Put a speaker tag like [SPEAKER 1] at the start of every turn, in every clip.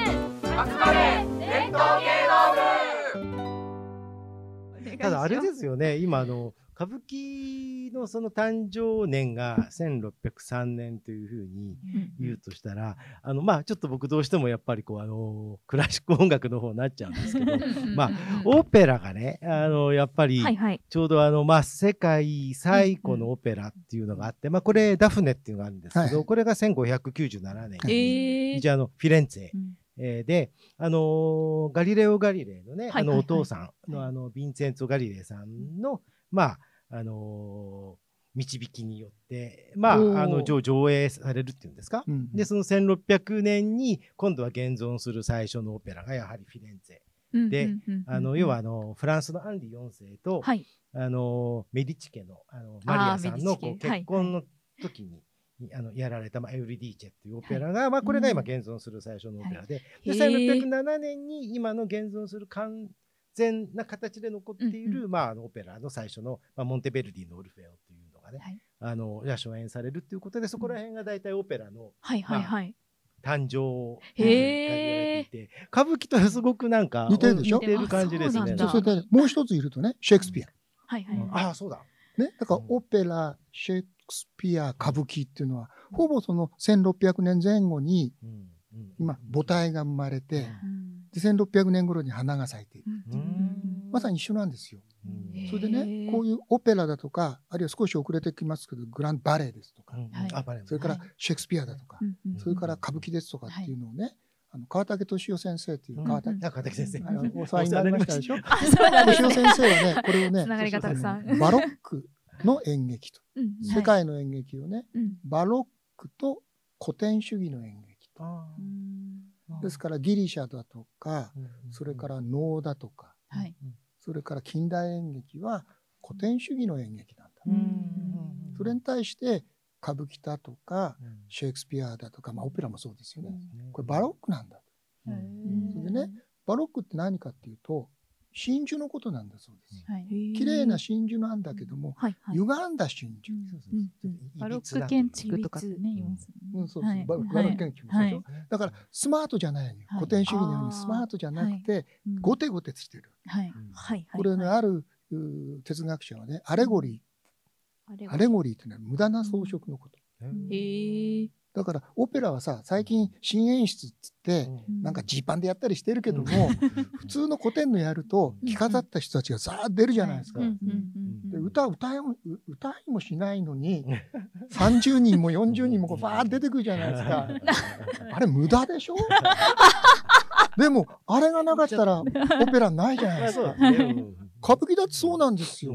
[SPEAKER 1] 集まれ伝統芸能部
[SPEAKER 2] ただあれですよね今あの歌舞伎のその誕生年が1603年というふうに言うとしたら、あのまあちょっと僕どうしてもやっぱりこうあのクラシック音楽の方になっちゃうんですけどまあオペラがねあのやっぱり
[SPEAKER 3] はいはい。
[SPEAKER 2] ちょうどあの、まあ、世界最古のオペラっていうのがあって、まあ、これ、ダフネっていうのがあるんですけど、
[SPEAKER 4] は
[SPEAKER 2] これが1597年
[SPEAKER 4] は
[SPEAKER 2] に、
[SPEAKER 1] え
[SPEAKER 2] じゃああの、フィレンツェ、
[SPEAKER 3] うん
[SPEAKER 2] えーで、あのーガリレオ・ガリレイのね、
[SPEAKER 3] はいはいはい
[SPEAKER 2] あの、お父さんの、あの、ヴィンセンツォ・ガリレイさんの、まあ、あのー導きによって、まあ、あ
[SPEAKER 3] おー
[SPEAKER 2] の、上上映されるっていうんですか。
[SPEAKER 4] うん
[SPEAKER 2] で、その1600年に、今度は現存する最初のオペラが、やはりフィレンツェ。で
[SPEAKER 3] うんうんうんうん
[SPEAKER 2] あの、要は、あの、フランスのアンリ4世と、
[SPEAKER 3] はい。
[SPEAKER 2] あのメディチ家のあのマリアさんの
[SPEAKER 3] メディチ家
[SPEAKER 2] こう
[SPEAKER 3] はい
[SPEAKER 2] 結婚の時に、あのやられた、まあ、エウリディーチェっていうオペラが、まあ、これが今
[SPEAKER 3] うん
[SPEAKER 2] 現存する最初のオペラで,、
[SPEAKER 3] へ
[SPEAKER 2] で
[SPEAKER 3] ー
[SPEAKER 2] 1607年に今の現存する完全な形で残っている、
[SPEAKER 3] うん
[SPEAKER 2] まあ、あのオペラの最初の、まあ、モンテベルディの「オルフェオ」っていうのがね、
[SPEAKER 3] はい
[SPEAKER 2] あのが初演されるっていうことでそこら辺が大体オペラの
[SPEAKER 3] はいはいはい。
[SPEAKER 2] 誕生を
[SPEAKER 3] へー
[SPEAKER 2] 感じられていて歌舞伎とすごくなんか
[SPEAKER 4] 似てるでしょ
[SPEAKER 2] 似てる感じです
[SPEAKER 3] あそうな
[SPEAKER 2] ね
[SPEAKER 3] ん。
[SPEAKER 4] そ
[SPEAKER 3] だ
[SPEAKER 4] それでもう一ついるとねシェイクスピア、
[SPEAKER 3] はいはい。
[SPEAKER 2] ああそうだ
[SPEAKER 4] ねだからオペラシェイクスピア歌舞伎っていうのはほぼその1600年前後に
[SPEAKER 2] うんうん
[SPEAKER 4] 今母体が生まれて
[SPEAKER 3] うん
[SPEAKER 4] で1600年頃に花が咲いている
[SPEAKER 3] うん
[SPEAKER 2] う
[SPEAKER 3] うん
[SPEAKER 2] ん
[SPEAKER 4] まさに一緒なんですよ。
[SPEAKER 2] うん
[SPEAKER 3] へー
[SPEAKER 4] それでねこういうオペラだとかあるいは少し遅れてきますけどグランドバレエですとか
[SPEAKER 2] うん
[SPEAKER 3] はい
[SPEAKER 2] あバレエも
[SPEAKER 4] それから
[SPEAKER 3] は
[SPEAKER 4] シェイクスピアだとか
[SPEAKER 3] うんうん
[SPEAKER 4] それから歌舞伎ですとかっていうのをねあの川竹敏夫先生っていう川
[SPEAKER 3] う
[SPEAKER 4] 竹
[SPEAKER 3] ん
[SPEAKER 2] 中竹先生、
[SPEAKER 4] あのお世話になりましたでしょ
[SPEAKER 3] あ、そうなんで
[SPEAKER 4] 敏
[SPEAKER 3] す
[SPEAKER 4] 夫
[SPEAKER 3] ね。
[SPEAKER 4] 先生はねこれをね
[SPEAKER 3] つながりがたくさん。
[SPEAKER 4] バロックの演劇と、
[SPEAKER 3] うん はい
[SPEAKER 4] 世界の演劇をね、
[SPEAKER 3] うん
[SPEAKER 4] バロックと古典主義の演劇と。
[SPEAKER 2] あー
[SPEAKER 4] ですからギリシャだとか、
[SPEAKER 2] うん
[SPEAKER 4] それから能だとか、
[SPEAKER 3] はい。
[SPEAKER 4] それから近代演劇は古典主義の演劇なんだ。
[SPEAKER 3] う
[SPEAKER 2] うんん
[SPEAKER 4] それに対して歌舞伎だとか、
[SPEAKER 2] うん
[SPEAKER 4] シェイクスピアだとか、まあオペラもそうですよね。
[SPEAKER 2] うん
[SPEAKER 4] これバロックなんだ。
[SPEAKER 2] うん
[SPEAKER 4] それでね、バロックって何かっていうと、真珠のことなんだそうです。
[SPEAKER 3] はい。
[SPEAKER 4] 綺麗な真珠なんだけども、
[SPEAKER 3] はいはい。
[SPEAKER 4] 歪んだ真珠。
[SPEAKER 2] そうそう
[SPEAKER 3] う
[SPEAKER 2] そうんちょっと
[SPEAKER 3] バロ
[SPEAKER 2] いびつ
[SPEAKER 3] ッ
[SPEAKER 2] な
[SPEAKER 3] ク建築とかってね、
[SPEAKER 2] いびつ
[SPEAKER 3] 言いますよね
[SPEAKER 4] うん、そうそう、
[SPEAKER 3] はい
[SPEAKER 4] ババロック研究もそうでしょ、
[SPEAKER 3] はい
[SPEAKER 4] だからスマートじゃないのよ、
[SPEAKER 3] はい
[SPEAKER 4] 古典主義のように
[SPEAKER 3] あー
[SPEAKER 4] スマートじゃなくて、
[SPEAKER 3] うん
[SPEAKER 4] ゴテゴテしてる、
[SPEAKER 3] はい
[SPEAKER 2] うん
[SPEAKER 3] はいはい。
[SPEAKER 4] これね、
[SPEAKER 3] はい
[SPEAKER 4] あるう哲学者はねアレゴリ
[SPEAKER 3] あれ
[SPEAKER 4] ー、
[SPEAKER 3] は
[SPEAKER 4] アレゴリーっていうのは無駄な装飾のこと
[SPEAKER 3] へー
[SPEAKER 4] だからオペラはさ最近新演出っつって、
[SPEAKER 3] うん
[SPEAKER 4] なんかジーパンでやったりしてるけども、普通の古典のやると
[SPEAKER 2] うん
[SPEAKER 4] 着飾った人たちがザーッ出るじゃないですか、
[SPEAKER 3] うんうんうんうん
[SPEAKER 4] で歌歌えも歌いもしないのに30人も40人もこうバーッ出てくるじゃないですか。あれ無駄 でしょでもあれがなかったらオペラないじゃな
[SPEAKER 2] まあ
[SPEAKER 4] いです
[SPEAKER 2] そう
[SPEAKER 4] か
[SPEAKER 2] だ。ねうん
[SPEAKER 4] 歌舞伎だってそうなんです
[SPEAKER 2] う
[SPEAKER 4] よ。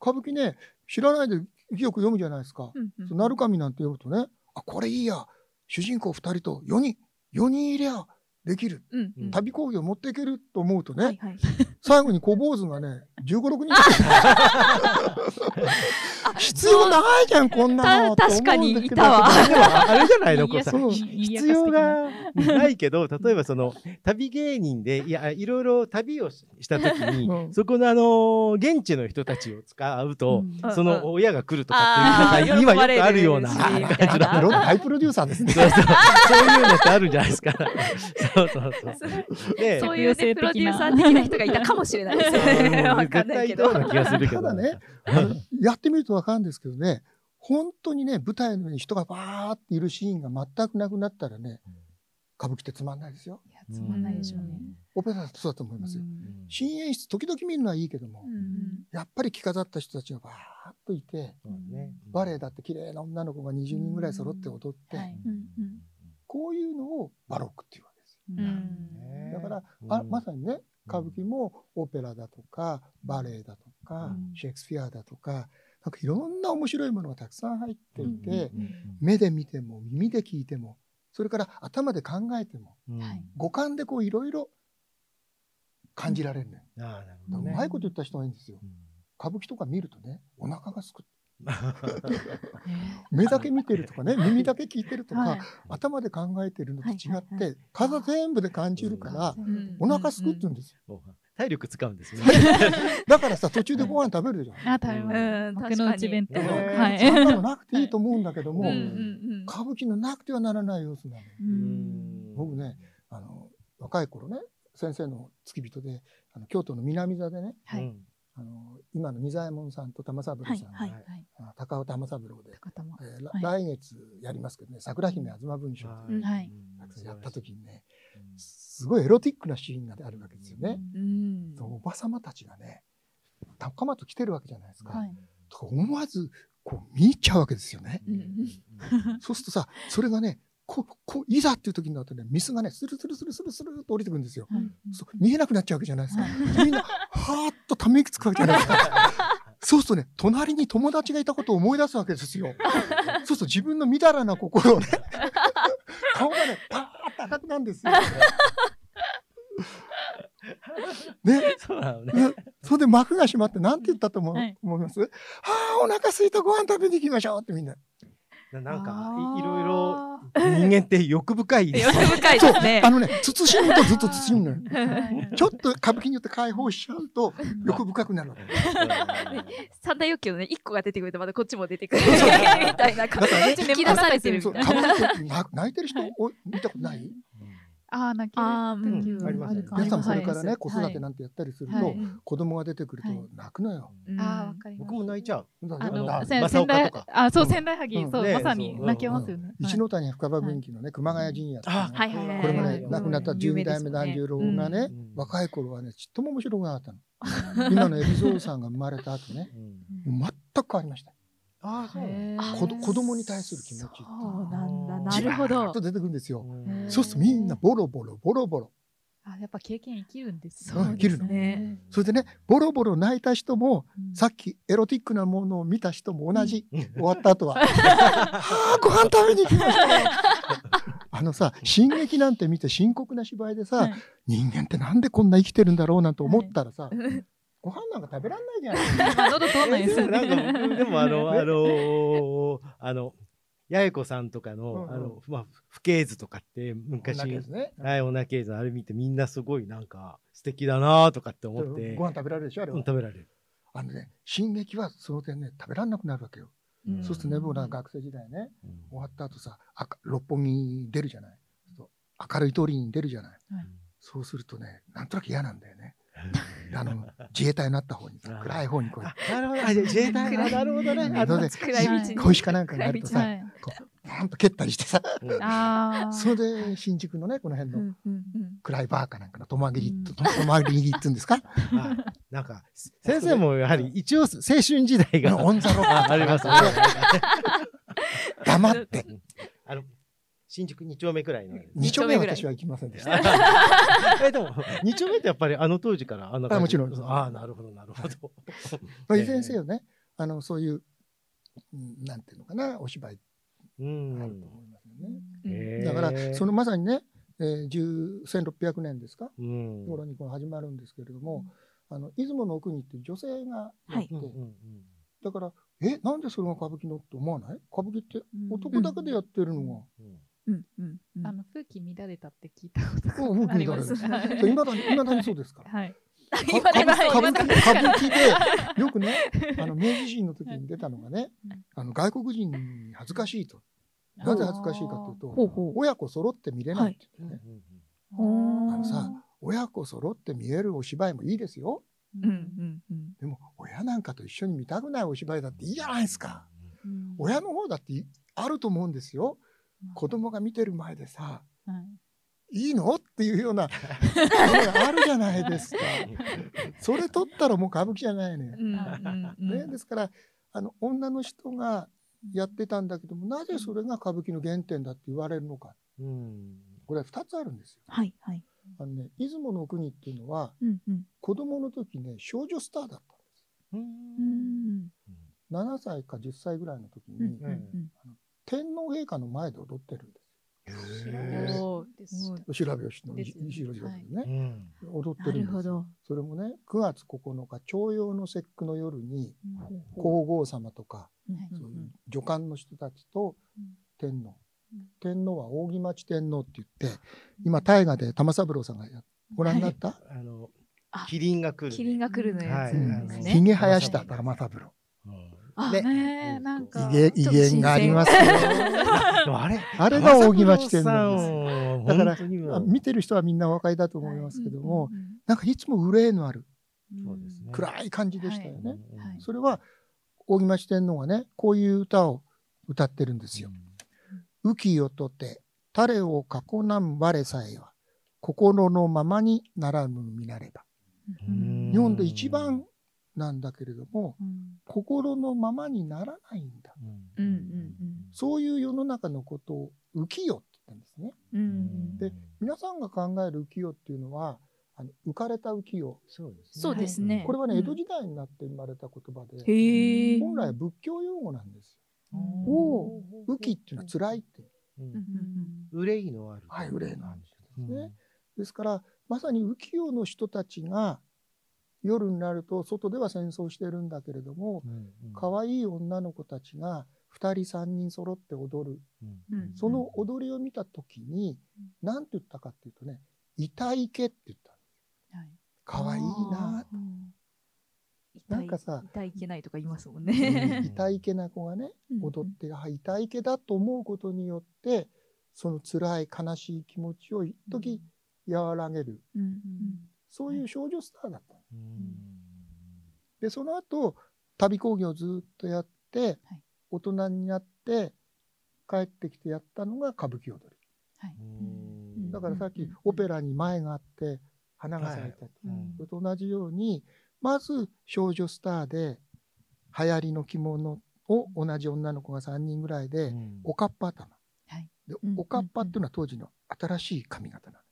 [SPEAKER 4] 歌舞伎ね知らないでよく読むじゃないですか。
[SPEAKER 3] うんうん
[SPEAKER 4] そう鳴神なんて読むとねあこれいいや主人公2人と4人4人いりゃできる
[SPEAKER 3] うんうん
[SPEAKER 4] 旅工業持っていけると思うとね、
[SPEAKER 3] はい はい。
[SPEAKER 4] 最後に小坊主がね1 5 6人だった。 必要ないじゃんこんなの
[SPEAKER 3] た
[SPEAKER 4] と思うんだ
[SPEAKER 3] 確かに
[SPEAKER 4] けど
[SPEAKER 3] いたわ。
[SPEAKER 2] んでもあれじゃないのこれさ
[SPEAKER 4] そう
[SPEAKER 2] 必要がないけど、例えばその旅芸人で、いや、いろいろ旅をしした時に、
[SPEAKER 4] うん
[SPEAKER 2] そこのあのー現地の人たちを使うと、
[SPEAKER 3] うん
[SPEAKER 2] その親が来ると
[SPEAKER 3] あ
[SPEAKER 2] かってい
[SPEAKER 3] ー
[SPEAKER 2] う、なんか今よくあるような
[SPEAKER 3] 喜
[SPEAKER 2] そ
[SPEAKER 3] ばれるし
[SPEAKER 4] あ
[SPEAKER 3] みたいな
[SPEAKER 4] 大プロデューサーですね。
[SPEAKER 2] うそうそういうのってあるんじゃないですか。そうそうそう。で、
[SPEAKER 1] そういうねプロデューサー的な人がいたかもしれないです
[SPEAKER 2] うん
[SPEAKER 1] ねわか
[SPEAKER 2] 絶
[SPEAKER 1] んない
[SPEAKER 2] 対
[SPEAKER 1] け
[SPEAKER 2] いたよ
[SPEAKER 1] ど
[SPEAKER 2] うな気がするけど。
[SPEAKER 4] ただねあのやってみるとわかるんですけどね、本当にね、舞台の上に人がバーっているシーンが全くなくなったらね、歌舞伎ってつまんないですよ。
[SPEAKER 3] いやつまんないでしょうね。
[SPEAKER 4] オペラだってそうだと思いますよ。新演出、時々見るのはいいけども、
[SPEAKER 3] うん
[SPEAKER 4] やっぱり着飾った人たちがバーっといて、バレエだって綺麗な女の子が20人ぐらい揃って踊って、
[SPEAKER 3] はいうん
[SPEAKER 4] こういうのをバロックっていうわけですよ。
[SPEAKER 3] うん
[SPEAKER 2] うん
[SPEAKER 4] だから、あま
[SPEAKER 2] に
[SPEAKER 4] さにね、歌舞伎もオペラだとかバレエだとか、
[SPEAKER 3] うん
[SPEAKER 4] シェイクスピアだとかなんかいろんな面白いものがたくさん入っていて、
[SPEAKER 3] うん
[SPEAKER 4] 目で見ても耳で聞いてもそれから頭で考えても
[SPEAKER 3] はい
[SPEAKER 4] 五感でこういろいろ感じられるのよ。
[SPEAKER 2] ああ、なるほ
[SPEAKER 4] だか
[SPEAKER 2] ど
[SPEAKER 4] らう
[SPEAKER 2] ね
[SPEAKER 4] まいこと言った人がいいんですよ。歌舞伎とか見るとねお腹がすく目だけ見てるとかね耳だけ聞いてるとか、
[SPEAKER 3] はい
[SPEAKER 4] 頭で考えてるのと違って、
[SPEAKER 3] はいはいはい
[SPEAKER 4] 体全部で感じるから
[SPEAKER 3] う、ん
[SPEAKER 4] お腹すくって言うんですよ。
[SPEAKER 2] うん 体力使うんですね。
[SPEAKER 4] だからさ途中でご飯食べるじゃん。
[SPEAKER 3] あ、食べ
[SPEAKER 1] うん
[SPEAKER 3] ます。幕の内弁当。
[SPEAKER 2] 確か
[SPEAKER 3] は
[SPEAKER 2] に
[SPEAKER 4] そん
[SPEAKER 3] い。
[SPEAKER 4] なのなくていいと思うんだけど
[SPEAKER 3] う
[SPEAKER 4] も、
[SPEAKER 3] ん
[SPEAKER 2] う
[SPEAKER 3] うんん
[SPEAKER 4] 歌舞伎のなくてはならない要素なのよ。
[SPEAKER 3] うん。
[SPEAKER 4] 僕ね、あの、若い頃ね先生の付き人であの京都の南座でね
[SPEAKER 3] はい
[SPEAKER 2] うん
[SPEAKER 4] あの今の仁左衛門さんと玉三郎さん
[SPEAKER 3] はい
[SPEAKER 4] が、
[SPEAKER 3] はいはい。
[SPEAKER 4] あ高尾玉三郎で、
[SPEAKER 3] 高玉。
[SPEAKER 4] えーら
[SPEAKER 3] は
[SPEAKER 4] 来月やりますけどね「桜姫東文書」っていう
[SPEAKER 3] うんはい
[SPEAKER 2] うん
[SPEAKER 4] やった時にね
[SPEAKER 2] うん
[SPEAKER 4] すごいエロティックなシーンがあるわけですよね。
[SPEAKER 3] うん
[SPEAKER 4] でおばさまたちがね高松来てるわけじゃないですか。
[SPEAKER 3] はい
[SPEAKER 4] と思わずこう見入っちゃうわけですよね。
[SPEAKER 3] うん
[SPEAKER 4] そうするとさそれがねこうこういざっていう時になるとねミスがねスルスルスルスルスルっと降りてくるんですよ。
[SPEAKER 3] はい
[SPEAKER 4] そう見えなくなっちゃうわけじゃないですか。みんなはーっとため息つくわけじゃないですか。そうするとね隣に友達がいたことを思い出すわけですよ。そうすると自分のみだらな心をね 顔がねパーッと赤くなるんですよ。ね、
[SPEAKER 2] そうなのね。
[SPEAKER 4] ねそれで幕が閉まってなんて言ったと思う、
[SPEAKER 3] はい
[SPEAKER 4] 思いますああお腹すいたご飯食べに行きましょうってみんな
[SPEAKER 2] ななんか
[SPEAKER 3] あー
[SPEAKER 2] いいろいろ人間って欲深 いですね。
[SPEAKER 1] 深いですね
[SPEAKER 4] あ。のね慎むとずっと慎むのよ
[SPEAKER 3] はい
[SPEAKER 4] ちょっと歌舞伎によって解放しちゃうと欲深くなるわけ
[SPEAKER 1] 三大欲求のね、一個が出てくるとまたこっちも出てくるみたいな感じ
[SPEAKER 4] だからね
[SPEAKER 1] で。引き出されてる
[SPEAKER 4] そ
[SPEAKER 1] み
[SPEAKER 4] う
[SPEAKER 1] たい
[SPEAKER 4] 歌
[SPEAKER 1] な。
[SPEAKER 4] 舞伎って泣泣いてる人お見たことない
[SPEAKER 3] ああ、泣ける
[SPEAKER 1] あーうん
[SPEAKER 3] 時は
[SPEAKER 2] ありますね
[SPEAKER 3] るか
[SPEAKER 4] 皆さん
[SPEAKER 3] も
[SPEAKER 4] もそれから
[SPEAKER 3] は
[SPEAKER 4] ね
[SPEAKER 3] い
[SPEAKER 4] 子育てなんてやったりすると、
[SPEAKER 3] はい
[SPEAKER 4] 子供が出てくると
[SPEAKER 3] はい
[SPEAKER 4] 泣くのよ。
[SPEAKER 1] うん
[SPEAKER 3] ああ、わかります
[SPEAKER 2] 僕。も泣いちゃう。
[SPEAKER 4] だ
[SPEAKER 3] あ
[SPEAKER 4] だ
[SPEAKER 3] の
[SPEAKER 2] あの
[SPEAKER 3] せ
[SPEAKER 2] 正
[SPEAKER 3] 仙
[SPEAKER 2] 岡
[SPEAKER 3] 台
[SPEAKER 2] とか
[SPEAKER 3] あそう仙台萩、
[SPEAKER 4] うん
[SPEAKER 3] そう、
[SPEAKER 2] ね
[SPEAKER 3] まさに
[SPEAKER 2] そう
[SPEAKER 3] 泣けますよね。
[SPEAKER 4] 一の谷深場分岐のね熊谷陣屋っていうのが
[SPEAKER 2] あ
[SPEAKER 1] はいはいはい。
[SPEAKER 4] これも
[SPEAKER 3] は
[SPEAKER 4] ね
[SPEAKER 3] い
[SPEAKER 4] 亡くなった
[SPEAKER 1] 有
[SPEAKER 4] 十
[SPEAKER 1] 名
[SPEAKER 4] 二
[SPEAKER 1] で
[SPEAKER 4] 代
[SPEAKER 1] すよ
[SPEAKER 4] 目
[SPEAKER 1] ね
[SPEAKER 4] 團十郎がね
[SPEAKER 2] うん
[SPEAKER 4] 若い頃はねちっとも面白くなかったの。
[SPEAKER 3] はい
[SPEAKER 4] 今の海老蔵さんが生まれた後ね
[SPEAKER 2] うん
[SPEAKER 4] もう全く変わりました。
[SPEAKER 2] ああそうなの。
[SPEAKER 4] 子ど子供に対する気持ちっていう
[SPEAKER 3] そうなんだ、
[SPEAKER 2] じ
[SPEAKER 3] な
[SPEAKER 2] ら
[SPEAKER 3] るほ
[SPEAKER 2] ー
[SPEAKER 4] のが
[SPEAKER 3] ど
[SPEAKER 4] と。出てくるんですよ。
[SPEAKER 2] うん
[SPEAKER 3] へー
[SPEAKER 4] そうするとみんなボロボロボロボロ。
[SPEAKER 3] あ、やっぱ経験生きるんです
[SPEAKER 4] うん生きるの
[SPEAKER 3] ね。
[SPEAKER 4] それでねボロボロ泣いた人も
[SPEAKER 3] うん
[SPEAKER 4] さっきエロティックなものを見た人も同じ、
[SPEAKER 2] うん
[SPEAKER 4] 終わった後は「はあご飯食べに行きましょう」あのさ進撃なんて見て深刻な芝居でさ、
[SPEAKER 3] はい
[SPEAKER 4] 人間ってなんでこんな生きてるんだろうなんて思ったらさ、ご飯なんか食べらんないじゃないですか。
[SPEAKER 3] まあ喉通んないです
[SPEAKER 2] で
[SPEAKER 3] よ
[SPEAKER 2] もなんか
[SPEAKER 3] ね。
[SPEAKER 2] 僕でもあの
[SPEAKER 4] ね
[SPEAKER 2] あのーあの八重子さんとかの、
[SPEAKER 4] うんうん
[SPEAKER 2] あのまあ不敬図とかって昔
[SPEAKER 4] こんなケースね
[SPEAKER 2] はいオナケーズのあれ見てみんなすごいなんか素敵だなとかって思って
[SPEAKER 4] ご飯食べられるでしょあれ
[SPEAKER 2] うん
[SPEAKER 4] は、
[SPEAKER 2] 食べられる。
[SPEAKER 4] あのね進撃はその点ね食べらんなくなるわけよ、
[SPEAKER 3] うん
[SPEAKER 4] そうするとね僕ら学生時代ね
[SPEAKER 2] うん
[SPEAKER 4] 終わった後さ赤六本木に出るじゃないそう明るい通りに出るじゃない、
[SPEAKER 3] はい
[SPEAKER 4] そうするとねなんとなく嫌なんだよね あの自衛隊になった方にさ暗い方にこう
[SPEAKER 2] あなるほどあじゃあ自衛 隊あなるほどね。あ
[SPEAKER 4] それで
[SPEAKER 1] 暗い道に
[SPEAKER 4] 小石かなんかになるとさ、
[SPEAKER 3] はい。
[SPEAKER 4] こうパンと蹴ったりしてさ
[SPEAKER 2] うん
[SPEAKER 3] ああ。
[SPEAKER 4] それで新宿のねこの辺
[SPEAKER 1] う
[SPEAKER 4] の
[SPEAKER 1] んうんうん
[SPEAKER 4] 暗いバーかなんかの泊まり
[SPEAKER 3] う
[SPEAKER 4] と泊まりって言うんですか
[SPEAKER 2] はいなんか先生もやはり一応青春時代が
[SPEAKER 4] オンザロック
[SPEAKER 2] あありますね。
[SPEAKER 4] 黙って
[SPEAKER 2] あの新宿二丁目くらいの。
[SPEAKER 4] 2丁目は私は行きませんでした
[SPEAKER 2] えでも二丁目ってやっぱりあの当時からあの
[SPEAKER 4] あもちろん
[SPEAKER 2] ああなるほどなるほど。
[SPEAKER 4] まあいずれにせよねあのそういううんなんていうのかなお芝居って
[SPEAKER 2] う
[SPEAKER 4] あると
[SPEAKER 2] ん。
[SPEAKER 4] 思いますよね、
[SPEAKER 3] うん
[SPEAKER 4] だからそ
[SPEAKER 2] の
[SPEAKER 4] のまさにね、えー、10 1600年ですか
[SPEAKER 2] うん
[SPEAKER 4] 頃にこう始まるんですけれども、あの出雲の奥に行って女性がやって、
[SPEAKER 2] うんうんうん
[SPEAKER 4] だからえなんでそれが歌舞伎のって思わない歌舞伎って
[SPEAKER 3] うん
[SPEAKER 4] 男だけでやってるのが、
[SPEAKER 2] うん
[SPEAKER 1] うんうんうん
[SPEAKER 3] あの風紀乱れたって聞いたこと
[SPEAKER 4] う
[SPEAKER 3] があります。
[SPEAKER 4] 風
[SPEAKER 3] はい
[SPEAKER 4] いまだにいまだにそうですから。
[SPEAKER 3] はい。
[SPEAKER 1] 今だ
[SPEAKER 4] 歌
[SPEAKER 1] 今
[SPEAKER 4] 舞
[SPEAKER 1] だ
[SPEAKER 4] 伎歌舞伎でよくねあの明治維新の時に出たのがね
[SPEAKER 3] はい
[SPEAKER 4] あの外国人に恥ずかしいとなぜ恥ずかしいかというと
[SPEAKER 1] ほうほ
[SPEAKER 4] 親子揃って見れないって言ってね、
[SPEAKER 1] う。
[SPEAKER 4] あのさ親子揃って見えるお芝居もいいですよ
[SPEAKER 1] うん
[SPEAKER 3] う
[SPEAKER 1] うんうん。
[SPEAKER 4] でも親なんかと一緒に見たくないお芝居だっていいじゃないですか。
[SPEAKER 3] うん
[SPEAKER 4] 親の方だっていあると思うんですよ。子供が見てる前でさ、
[SPEAKER 3] はい
[SPEAKER 4] いいのっていうようなのがあるじゃないですか。それ取ったらもう歌舞伎じゃないのよ。
[SPEAKER 1] うんうんうん
[SPEAKER 4] ね、ですからあの女の人がやってたんだけどもなぜそれが歌舞伎の原点だって言われるのか
[SPEAKER 2] うん
[SPEAKER 4] これは2つあるんですよ。
[SPEAKER 3] はいはい。
[SPEAKER 4] あのね出雲の国っていうのは
[SPEAKER 3] うんうん
[SPEAKER 4] 子供の時ね少女スターだったんです。
[SPEAKER 3] うん
[SPEAKER 4] 7歳か10歳ぐらいの時に、
[SPEAKER 3] うん
[SPEAKER 2] うん
[SPEAKER 4] 天皇陛下の前で踊ってるんです。
[SPEAKER 2] へ
[SPEAKER 3] おーもう
[SPEAKER 4] 後ろ拍子の
[SPEAKER 3] ですよね
[SPEAKER 4] 後ろ拍子ね、
[SPEAKER 2] ーうん
[SPEAKER 4] 踊って
[SPEAKER 3] な
[SPEAKER 4] る
[SPEAKER 3] る
[SPEAKER 4] んですよ
[SPEAKER 3] ほど。
[SPEAKER 4] それもね9月9日重陽の節句の夜に
[SPEAKER 3] ほうほ
[SPEAKER 4] 皇后様とか、
[SPEAKER 3] うはい
[SPEAKER 4] そういう女官の人たちと
[SPEAKER 3] うん
[SPEAKER 4] 天皇、
[SPEAKER 3] うん
[SPEAKER 4] 天皇は扇町天皇って言って今大河で玉三郎さんがやご覧になった、
[SPEAKER 2] あの
[SPEAKER 1] あ
[SPEAKER 2] キリンが来るね。
[SPEAKER 1] キリンが来るの
[SPEAKER 2] は
[SPEAKER 1] や
[SPEAKER 2] い
[SPEAKER 1] つ
[SPEAKER 4] う
[SPEAKER 1] で
[SPEAKER 4] ん
[SPEAKER 1] す
[SPEAKER 2] は
[SPEAKER 1] ね。
[SPEAKER 2] い
[SPEAKER 4] ひげ生やした
[SPEAKER 2] はい
[SPEAKER 4] 玉三郎
[SPEAKER 2] うん
[SPEAKER 3] あ
[SPEAKER 2] ね
[SPEAKER 3] ねえなんか
[SPEAKER 4] 威厳
[SPEAKER 3] ちょっと
[SPEAKER 4] 威厳がありますよ
[SPEAKER 3] 新。
[SPEAKER 2] でもあれ、
[SPEAKER 4] あれが扇町店
[SPEAKER 2] な
[SPEAKER 4] な
[SPEAKER 2] で
[SPEAKER 4] んんですす。
[SPEAKER 2] よ。
[SPEAKER 4] だから
[SPEAKER 2] 本当にもう
[SPEAKER 4] あ 見てる人はみんなお分かりだと
[SPEAKER 3] 鮮
[SPEAKER 4] 思いますけど
[SPEAKER 3] は
[SPEAKER 4] も
[SPEAKER 3] い、うんうん
[SPEAKER 4] なんかいつも憂いのある
[SPEAKER 3] うん
[SPEAKER 2] そうですね
[SPEAKER 4] 暗い感じでしたよね。
[SPEAKER 2] うん
[SPEAKER 3] はい
[SPEAKER 4] それは扇町天皇がねこういう歌を歌ってるんですよ。浮世とて誰を囲なん我さえは心のままにならぬ見なれば。
[SPEAKER 2] うん
[SPEAKER 4] 日本で一番なんだけれども
[SPEAKER 3] うん
[SPEAKER 4] 心のままにならないんだ。
[SPEAKER 3] うんうん
[SPEAKER 4] そういう世の中のことを浮世って言ったんですね。
[SPEAKER 3] う
[SPEAKER 2] うん
[SPEAKER 3] ん
[SPEAKER 4] で皆さんが考える浮世っていうのはあの浮かれた浮世。
[SPEAKER 2] そうですね。
[SPEAKER 1] そうですね。
[SPEAKER 4] これはね、
[SPEAKER 1] うん
[SPEAKER 4] 江戸時代になって生まれた言葉で、
[SPEAKER 1] へえ。
[SPEAKER 4] 本来は仏教用語なんです
[SPEAKER 3] お
[SPEAKER 4] よ。浮きっていうのは辛いっていう。
[SPEAKER 2] うん
[SPEAKER 3] うんうん
[SPEAKER 2] 憂いのある。
[SPEAKER 4] はい憂いのある
[SPEAKER 2] うん。
[SPEAKER 4] ねですから、まさに浮世の人たちが、夜になると外では戦争してるんだけれども、
[SPEAKER 2] うんうん
[SPEAKER 4] 可愛い女の子たちが2人3人揃って踊る。
[SPEAKER 2] うん
[SPEAKER 4] その踊りを見た時に、なんて言ったかっていうとね、痛いけって言った。
[SPEAKER 3] はい
[SPEAKER 4] 可愛いな
[SPEAKER 3] あーうん
[SPEAKER 4] なんかさ
[SPEAKER 1] 痛いけないとか言いますもん
[SPEAKER 2] うん
[SPEAKER 1] ね。
[SPEAKER 4] 痛いけな子がね、踊って、あ痛いけだと思うことによって、その辛い悲しい気持ちを一時和らげる、
[SPEAKER 3] うんうん
[SPEAKER 4] そういう少女スターだった。
[SPEAKER 2] うん
[SPEAKER 4] で、その後、旅工業をずっとやって、
[SPEAKER 3] はい
[SPEAKER 4] 大人になって、帰ってきてやったのが歌舞伎踊り。
[SPEAKER 2] うん
[SPEAKER 4] だからさっ
[SPEAKER 3] うん
[SPEAKER 4] き
[SPEAKER 3] うんうん
[SPEAKER 4] オペラに前があって、花が咲いたと。
[SPEAKER 2] うん
[SPEAKER 4] それと同じように、まず少女スターで、流行りの着物を同じ女の子が3人ぐらいで、おかっぱ頭。
[SPEAKER 3] はい
[SPEAKER 4] で
[SPEAKER 3] んうんうん
[SPEAKER 4] おかっぱっていうのは当時の新しい髪型なの。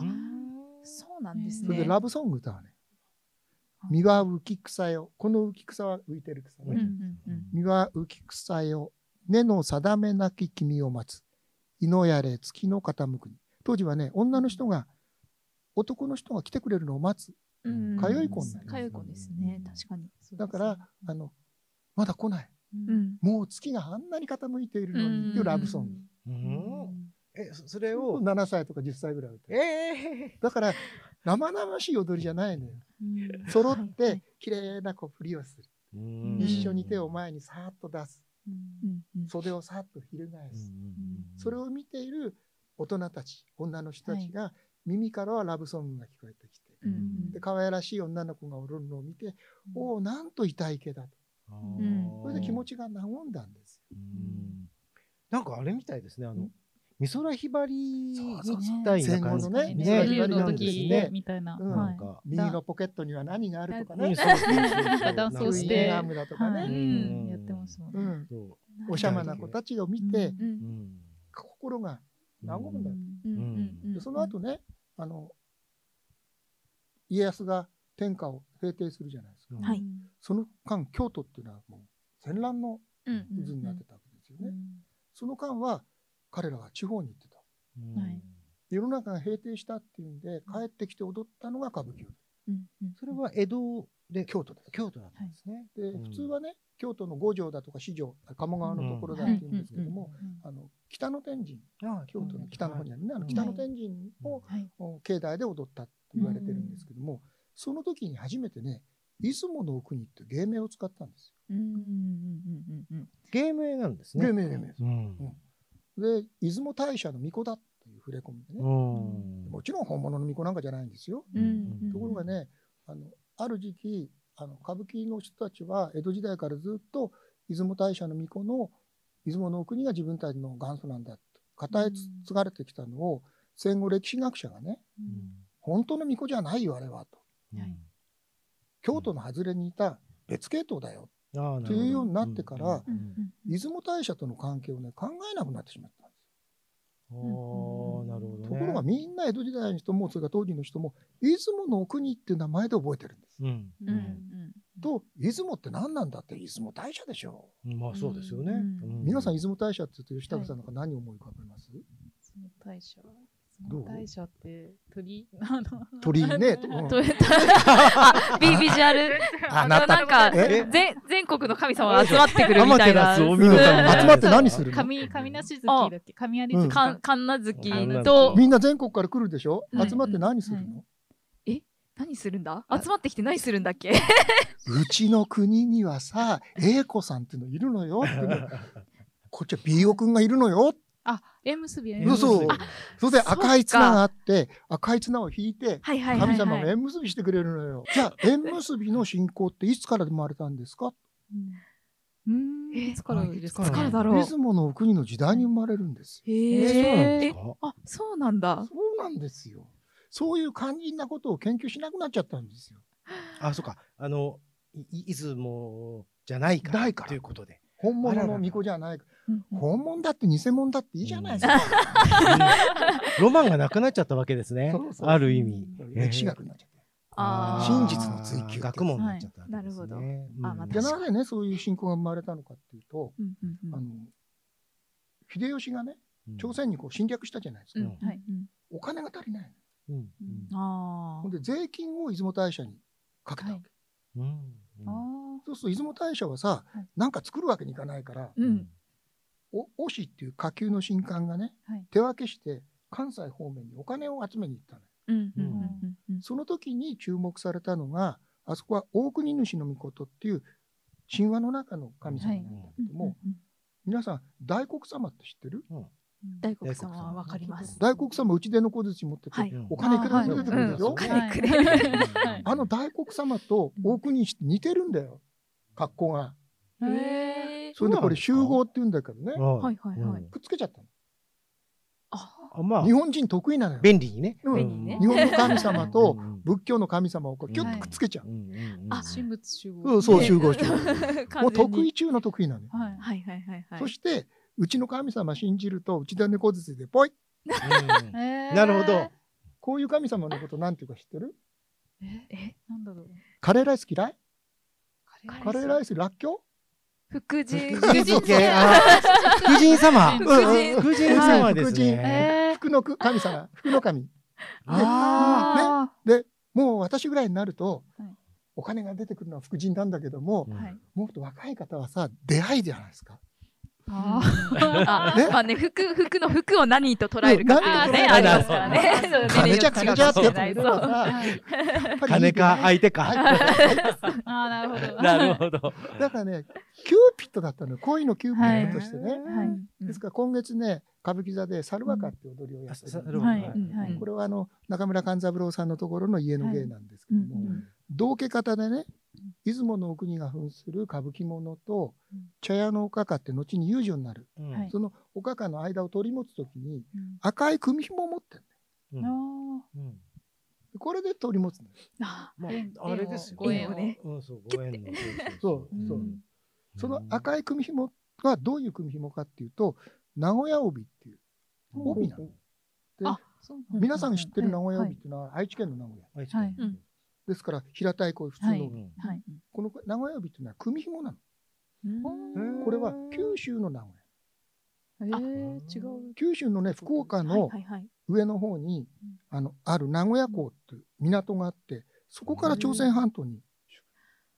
[SPEAKER 3] うん
[SPEAKER 1] あ
[SPEAKER 3] あ
[SPEAKER 1] そうなんですね。
[SPEAKER 4] それでラブソング歌はね、身は浮き草よ。この浮き草は浮いてる草ね。
[SPEAKER 3] うんうんうん
[SPEAKER 4] 身は浮き草よ、根の定めなき君を待つ。井のやれ月の傾くに。当時はね、女の人が、男の人が来てくれるのを待つ。
[SPEAKER 3] うん
[SPEAKER 4] 通い子になります
[SPEAKER 3] 通い子ですね。確かに。
[SPEAKER 4] だから、あの、まだ来ない。
[SPEAKER 3] う
[SPEAKER 1] うん
[SPEAKER 3] ん。
[SPEAKER 4] もう月があんなに傾いているのにっていうラブソング。
[SPEAKER 2] うんえ、そそれ
[SPEAKER 4] も
[SPEAKER 2] を
[SPEAKER 4] う。7歳とか10歳ぐらい歌う
[SPEAKER 2] ええ。
[SPEAKER 4] だから、生々しい踊りじゃないのよ。
[SPEAKER 3] うん
[SPEAKER 4] 揃って、綺麗な子ふりをする。
[SPEAKER 2] うん
[SPEAKER 4] 一緒に手を前にさーっと出す。
[SPEAKER 3] うんうん
[SPEAKER 4] 袖をさーっと翻
[SPEAKER 2] うん
[SPEAKER 4] す。
[SPEAKER 2] うん
[SPEAKER 4] それを見ている大人たち、女の人たちが、耳からはラブソングが聞こえてきて、
[SPEAKER 3] うんうん
[SPEAKER 4] で可愛らしい女の子が踊るのを見て、おお、なんと痛い気だと。
[SPEAKER 2] あ
[SPEAKER 3] うん
[SPEAKER 2] ー
[SPEAKER 4] それで気持ちが和んだんです
[SPEAKER 2] うんなんかあれみたいですね、あの、美空ひばりみた
[SPEAKER 4] よ。
[SPEAKER 2] いな
[SPEAKER 4] 戦後
[SPEAKER 2] 感
[SPEAKER 4] の
[SPEAKER 2] じ。ね
[SPEAKER 4] ね、美空ひばり
[SPEAKER 2] の
[SPEAKER 4] なんです
[SPEAKER 2] 時
[SPEAKER 4] ね。
[SPEAKER 3] みたいな。
[SPEAKER 4] うん
[SPEAKER 2] な
[SPEAKER 3] は
[SPEAKER 2] ん
[SPEAKER 3] い
[SPEAKER 2] か。
[SPEAKER 4] 右のポケットには何があるとかね、
[SPEAKER 2] そう そうそうそう
[SPEAKER 3] ダンスをし
[SPEAKER 4] ウイ
[SPEAKER 3] て
[SPEAKER 4] ンナームだとか
[SPEAKER 3] は
[SPEAKER 4] ね、
[SPEAKER 3] い
[SPEAKER 2] うん
[SPEAKER 3] やってますもん
[SPEAKER 4] う
[SPEAKER 3] ね。
[SPEAKER 4] ん、
[SPEAKER 2] そう
[SPEAKER 4] おしゃまな子たちを見て、
[SPEAKER 3] うん
[SPEAKER 2] うん
[SPEAKER 4] 心が和むんだよ。
[SPEAKER 3] うん
[SPEAKER 2] うん
[SPEAKER 3] うんうん
[SPEAKER 4] でその後ね、あの、家康が天下を平定するじゃないですか。
[SPEAKER 2] うん
[SPEAKER 1] はい
[SPEAKER 4] その間、京都っていうのはもう戦乱の
[SPEAKER 1] うん
[SPEAKER 4] 渦になってたわけですよね。その間は彼らは地方に行ってた。
[SPEAKER 2] うん
[SPEAKER 3] はい
[SPEAKER 4] 世の中が平定したっていうんで、帰ってきて踊ったのが歌舞伎
[SPEAKER 3] うんうん
[SPEAKER 2] それは江戸で
[SPEAKER 4] 京都です。
[SPEAKER 2] 京都だったんですね。
[SPEAKER 4] で、
[SPEAKER 2] うん
[SPEAKER 4] 普通はね、京都の五条だとか四条、鴨川のところだっていうんですけども、あの北の天神、
[SPEAKER 2] ああ
[SPEAKER 4] 京都の北の方にあるね、あの
[SPEAKER 2] はい
[SPEAKER 4] 北の天神を、
[SPEAKER 3] はい。
[SPEAKER 4] お境内で踊ったって言われてるんですけども、その時に初めてね、出雲の奥にって芸名を使ったんです
[SPEAKER 3] うんうんうんうんうん
[SPEAKER 2] 芸名なんです
[SPEAKER 4] よ。
[SPEAKER 2] ね。
[SPEAKER 4] 名、芸名。
[SPEAKER 2] うん
[SPEAKER 4] で、出雲大社の巫女だという触れ込みでね、
[SPEAKER 2] うん
[SPEAKER 4] もちろん本物の巫女なんかじゃないんですよ。
[SPEAKER 3] うんうん
[SPEAKER 4] ところがね、あのある時期あの歌舞伎の人たちは江戸時代からずっと出雲大社の巫女の出雲の国が自分たちの元祖なんだと語り
[SPEAKER 3] うん
[SPEAKER 4] 継がれてきたのを戦後歴史学者がね本当の巫女じゃないよあれはと
[SPEAKER 3] はい
[SPEAKER 4] 京都の外れにいた別系統だよ
[SPEAKER 2] ああなるほど
[SPEAKER 4] というようになってから
[SPEAKER 3] うんうん
[SPEAKER 4] 出雲大社との関係をね考えなくなってしまったんで
[SPEAKER 2] うんああなるほどね。
[SPEAKER 4] すよところがみんな江戸時代の人もそれから当時の人も出雲の国っていう名前で覚えてるんです。
[SPEAKER 2] うん
[SPEAKER 3] うんうん
[SPEAKER 4] と出雲って何なんだって出雲大社でしょ
[SPEAKER 2] うんまあそうですよね。
[SPEAKER 3] うん
[SPEAKER 2] う
[SPEAKER 4] 皆さん出雲大社って言って吉高さんなんか何を思い浮かべます、
[SPEAKER 3] その大社。そ
[SPEAKER 4] どう
[SPEAKER 3] の大社って鳥 あの
[SPEAKER 4] 鳥居 ねう ん
[SPEAKER 1] とビビジュアル。
[SPEAKER 4] あな
[SPEAKER 1] な
[SPEAKER 4] た
[SPEAKER 1] んか
[SPEAKER 4] え
[SPEAKER 1] 全全国の神様が集まってくるみたいな。
[SPEAKER 2] アマテラスを
[SPEAKER 4] 見るために
[SPEAKER 1] うん
[SPEAKER 4] 集まって何するの
[SPEAKER 3] 神神梨月だっけ神有
[SPEAKER 4] うん
[SPEAKER 3] 月
[SPEAKER 1] かん神奈月
[SPEAKER 2] 神奈
[SPEAKER 1] と
[SPEAKER 4] みんな全国から来るでしょ
[SPEAKER 1] はい
[SPEAKER 4] 集まって何するの、
[SPEAKER 1] え何するんだ集まってきて何するんだっけ
[SPEAKER 4] うちの国にはさ、英子さんっていうのいるのよっていう のこっちは B オ君がいるのよ。
[SPEAKER 3] あ、縁結び、縁
[SPEAKER 4] そ
[SPEAKER 3] 結
[SPEAKER 4] う
[SPEAKER 3] び。
[SPEAKER 4] そうそれで赤い綱があって、赤い綱を引いて、
[SPEAKER 1] はいはいはい、は
[SPEAKER 4] 神
[SPEAKER 1] い、
[SPEAKER 4] 様が縁結びしてくれるの よ。じゃあ、縁結びの信仰っていつから生まれたんですか
[SPEAKER 3] うーん。
[SPEAKER 1] え
[SPEAKER 3] いつからですか
[SPEAKER 1] いつからだろう
[SPEAKER 4] 出雲のお国の時代に生まれるんですよ。
[SPEAKER 1] へ
[SPEAKER 2] え
[SPEAKER 1] えあそうなんだ
[SPEAKER 4] そうなんですよ。そういう肝心なことを研究しなくなっちゃったんですよ。
[SPEAKER 2] あ、そうか。あの、いい出雲じゃないから。
[SPEAKER 4] ないから
[SPEAKER 2] ということで。
[SPEAKER 4] 本
[SPEAKER 2] あら
[SPEAKER 4] 物
[SPEAKER 2] ら
[SPEAKER 4] の巫女じゃない。
[SPEAKER 3] うんうん
[SPEAKER 4] 本物だって偽物だっていいじゃないです
[SPEAKER 2] ロマンがなくなっちゃったわけですね
[SPEAKER 4] そうそう。そう
[SPEAKER 2] ある意味。
[SPEAKER 4] か。 歴史学になっちゃった。
[SPEAKER 1] あ
[SPEAKER 4] 真
[SPEAKER 1] ー
[SPEAKER 4] 実の追求っていう
[SPEAKER 2] 学問になっちゃったわけで
[SPEAKER 1] は
[SPEAKER 2] すね。
[SPEAKER 1] いな
[SPEAKER 2] うん
[SPEAKER 1] あまあ
[SPEAKER 4] じゃ
[SPEAKER 1] 確
[SPEAKER 4] あ
[SPEAKER 1] か
[SPEAKER 4] なぜね、そういう信仰が生まれたのかっていうと、
[SPEAKER 1] うんうんうん
[SPEAKER 4] あの、秀吉がね、
[SPEAKER 2] うん
[SPEAKER 4] 朝鮮にこう侵略したじゃないですか。
[SPEAKER 1] うんうん
[SPEAKER 3] はい
[SPEAKER 1] うん
[SPEAKER 4] お金が足りない。
[SPEAKER 2] うん
[SPEAKER 1] あ
[SPEAKER 4] ほん
[SPEAKER 1] ー
[SPEAKER 4] で、税金を出雲大社にかけたわけ。
[SPEAKER 2] うん
[SPEAKER 3] あ
[SPEAKER 2] うん
[SPEAKER 4] そうすると、出雲大社はさ
[SPEAKER 3] はい、
[SPEAKER 4] なんか作るわけにいかないから、
[SPEAKER 1] うん
[SPEAKER 4] お御師っていう下級の神官がね、
[SPEAKER 3] はい
[SPEAKER 4] 手分けして関西方面にお金を集めに行ったのよ
[SPEAKER 1] うんうんうんうんうん
[SPEAKER 4] その時に注目されたのがあそこは大国主の御事っていう神話の中の神様なんだけども、
[SPEAKER 1] うんうん
[SPEAKER 4] 皆さん大黒様って知ってる
[SPEAKER 1] 大黒様はわかります
[SPEAKER 4] 大黒様うちでの小槌持ってて、
[SPEAKER 1] はい
[SPEAKER 2] うん
[SPEAKER 4] お金いくらでも出てくるでしょ、
[SPEAKER 1] うんお金くれ
[SPEAKER 3] は
[SPEAKER 1] る
[SPEAKER 3] い
[SPEAKER 2] はい
[SPEAKER 4] あの大黒様と大国主って似てるんだよ格好が
[SPEAKER 1] へえ
[SPEAKER 4] それでこれ集合って言うんだけどね
[SPEAKER 2] うん
[SPEAKER 1] はいはいはい
[SPEAKER 2] うん
[SPEAKER 4] くっつけちゃった
[SPEAKER 1] あ
[SPEAKER 2] あまあ
[SPEAKER 4] の日、本人得意なのよ
[SPEAKER 2] 便利にね。
[SPEAKER 4] うん
[SPEAKER 1] 便利にね
[SPEAKER 4] 日本の神様と
[SPEAKER 2] うんうん
[SPEAKER 4] 仏教の神様をこうキュッとくっつけちゃう
[SPEAKER 2] う、んうんうん
[SPEAKER 1] あ
[SPEAKER 3] 神仏集合。
[SPEAKER 4] うんそう
[SPEAKER 1] ね
[SPEAKER 4] 集合集合も
[SPEAKER 1] 完全に
[SPEAKER 4] う得意中の得意なのよ、
[SPEAKER 3] はい。
[SPEAKER 1] はいはいはいはい
[SPEAKER 4] そしてうちの神様信じるとうちで猫ずつでポイ
[SPEAKER 2] うん
[SPEAKER 3] えー
[SPEAKER 2] なるほど。。
[SPEAKER 4] こういう神様のことなんていうか知ってる
[SPEAKER 3] え、
[SPEAKER 1] え
[SPEAKER 3] なんだろう。
[SPEAKER 4] カレーライス嫌いカ
[SPEAKER 1] カ
[SPEAKER 4] レ
[SPEAKER 1] レ
[SPEAKER 4] ー
[SPEAKER 1] ー
[SPEAKER 4] ラ
[SPEAKER 1] ラ
[SPEAKER 4] イスらっきょ
[SPEAKER 1] 福神
[SPEAKER 2] 福神系あ福神様。
[SPEAKER 3] 福
[SPEAKER 1] 神
[SPEAKER 2] うん福神様です
[SPEAKER 4] 福
[SPEAKER 3] え
[SPEAKER 2] ね。
[SPEAKER 4] う福の神様福の神
[SPEAKER 2] あ
[SPEAKER 3] あ
[SPEAKER 4] もう私ぐらいになると、
[SPEAKER 3] はい
[SPEAKER 4] お金が出てくるのは福神なんだけども、
[SPEAKER 2] ー
[SPEAKER 3] はい
[SPEAKER 4] もっと若い方はさ出会いじゃないですか
[SPEAKER 3] ー。
[SPEAKER 1] あ
[SPEAKER 3] あ
[SPEAKER 1] あまあね服服の服を何と捉えるかっていうね
[SPEAKER 4] うん
[SPEAKER 1] あ
[SPEAKER 2] 何
[SPEAKER 1] り
[SPEAKER 2] と捉えるか
[SPEAKER 1] ますからね。そう
[SPEAKER 4] 金じゃ金じゃってやつも
[SPEAKER 1] 違
[SPEAKER 4] いうる
[SPEAKER 1] か
[SPEAKER 4] か
[SPEAKER 1] も
[SPEAKER 4] ら
[SPEAKER 1] しれない
[SPEAKER 3] ー。
[SPEAKER 4] さ
[SPEAKER 3] はい
[SPEAKER 4] やっぱりい
[SPEAKER 2] 金
[SPEAKER 4] い出会
[SPEAKER 2] か
[SPEAKER 4] い
[SPEAKER 2] 相手か。
[SPEAKER 3] あー、なるほど。
[SPEAKER 2] なるほど。
[SPEAKER 4] だからねキューピットだったのよ恋のキューピットとしてね、
[SPEAKER 3] はい。
[SPEAKER 4] ですから今月ね歌舞伎座で「猿若」っていう踊りをやってるんです
[SPEAKER 2] うんあさ
[SPEAKER 3] は。
[SPEAKER 2] はい
[SPEAKER 3] は
[SPEAKER 1] う
[SPEAKER 3] い
[SPEAKER 1] ん
[SPEAKER 4] これはあの中村勘三郎さんのところの家の芸なんですけども、
[SPEAKER 3] はいうんうん
[SPEAKER 4] 道家方でね出雲のお国が扮する歌舞伎者と
[SPEAKER 3] うん
[SPEAKER 4] 茶屋のおかかって後に遊女になる、
[SPEAKER 2] うん
[SPEAKER 3] はい
[SPEAKER 4] そのおかかの間を取り持つ時に
[SPEAKER 3] うん
[SPEAKER 4] 赤い組紐を持ってる
[SPEAKER 2] うん
[SPEAKER 3] あ
[SPEAKER 2] うん
[SPEAKER 4] これで取り持つんです
[SPEAKER 1] あ
[SPEAKER 2] ま
[SPEAKER 3] 縁
[SPEAKER 2] あ、あれですよ。
[SPEAKER 3] 縁をご縁
[SPEAKER 1] をね。
[SPEAKER 2] うん、そう、ご縁の。
[SPEAKER 4] そう
[SPEAKER 3] ー
[SPEAKER 4] そ
[SPEAKER 3] う
[SPEAKER 4] う
[SPEAKER 3] ん
[SPEAKER 4] その赤い組紐はどういう組紐かっていうと名古屋帯っていう帯なの、
[SPEAKER 3] そうだ
[SPEAKER 4] 皆さん知ってる名古屋帯
[SPEAKER 3] は
[SPEAKER 4] っていうのは愛知県の名古屋
[SPEAKER 2] はい
[SPEAKER 3] はい
[SPEAKER 1] うん
[SPEAKER 4] ですから平たいこういう普通の、
[SPEAKER 3] はい
[SPEAKER 2] うん
[SPEAKER 3] いはい。
[SPEAKER 4] この名古屋帯っていうのは組紐なの
[SPEAKER 2] うん
[SPEAKER 4] これは九州の名古屋
[SPEAKER 3] えー、違う。
[SPEAKER 4] 九州のね福岡
[SPEAKER 1] は
[SPEAKER 4] の
[SPEAKER 1] いはいはい
[SPEAKER 4] 上の方に、あのある名古屋港っていう港があってそこから朝鮮半島に、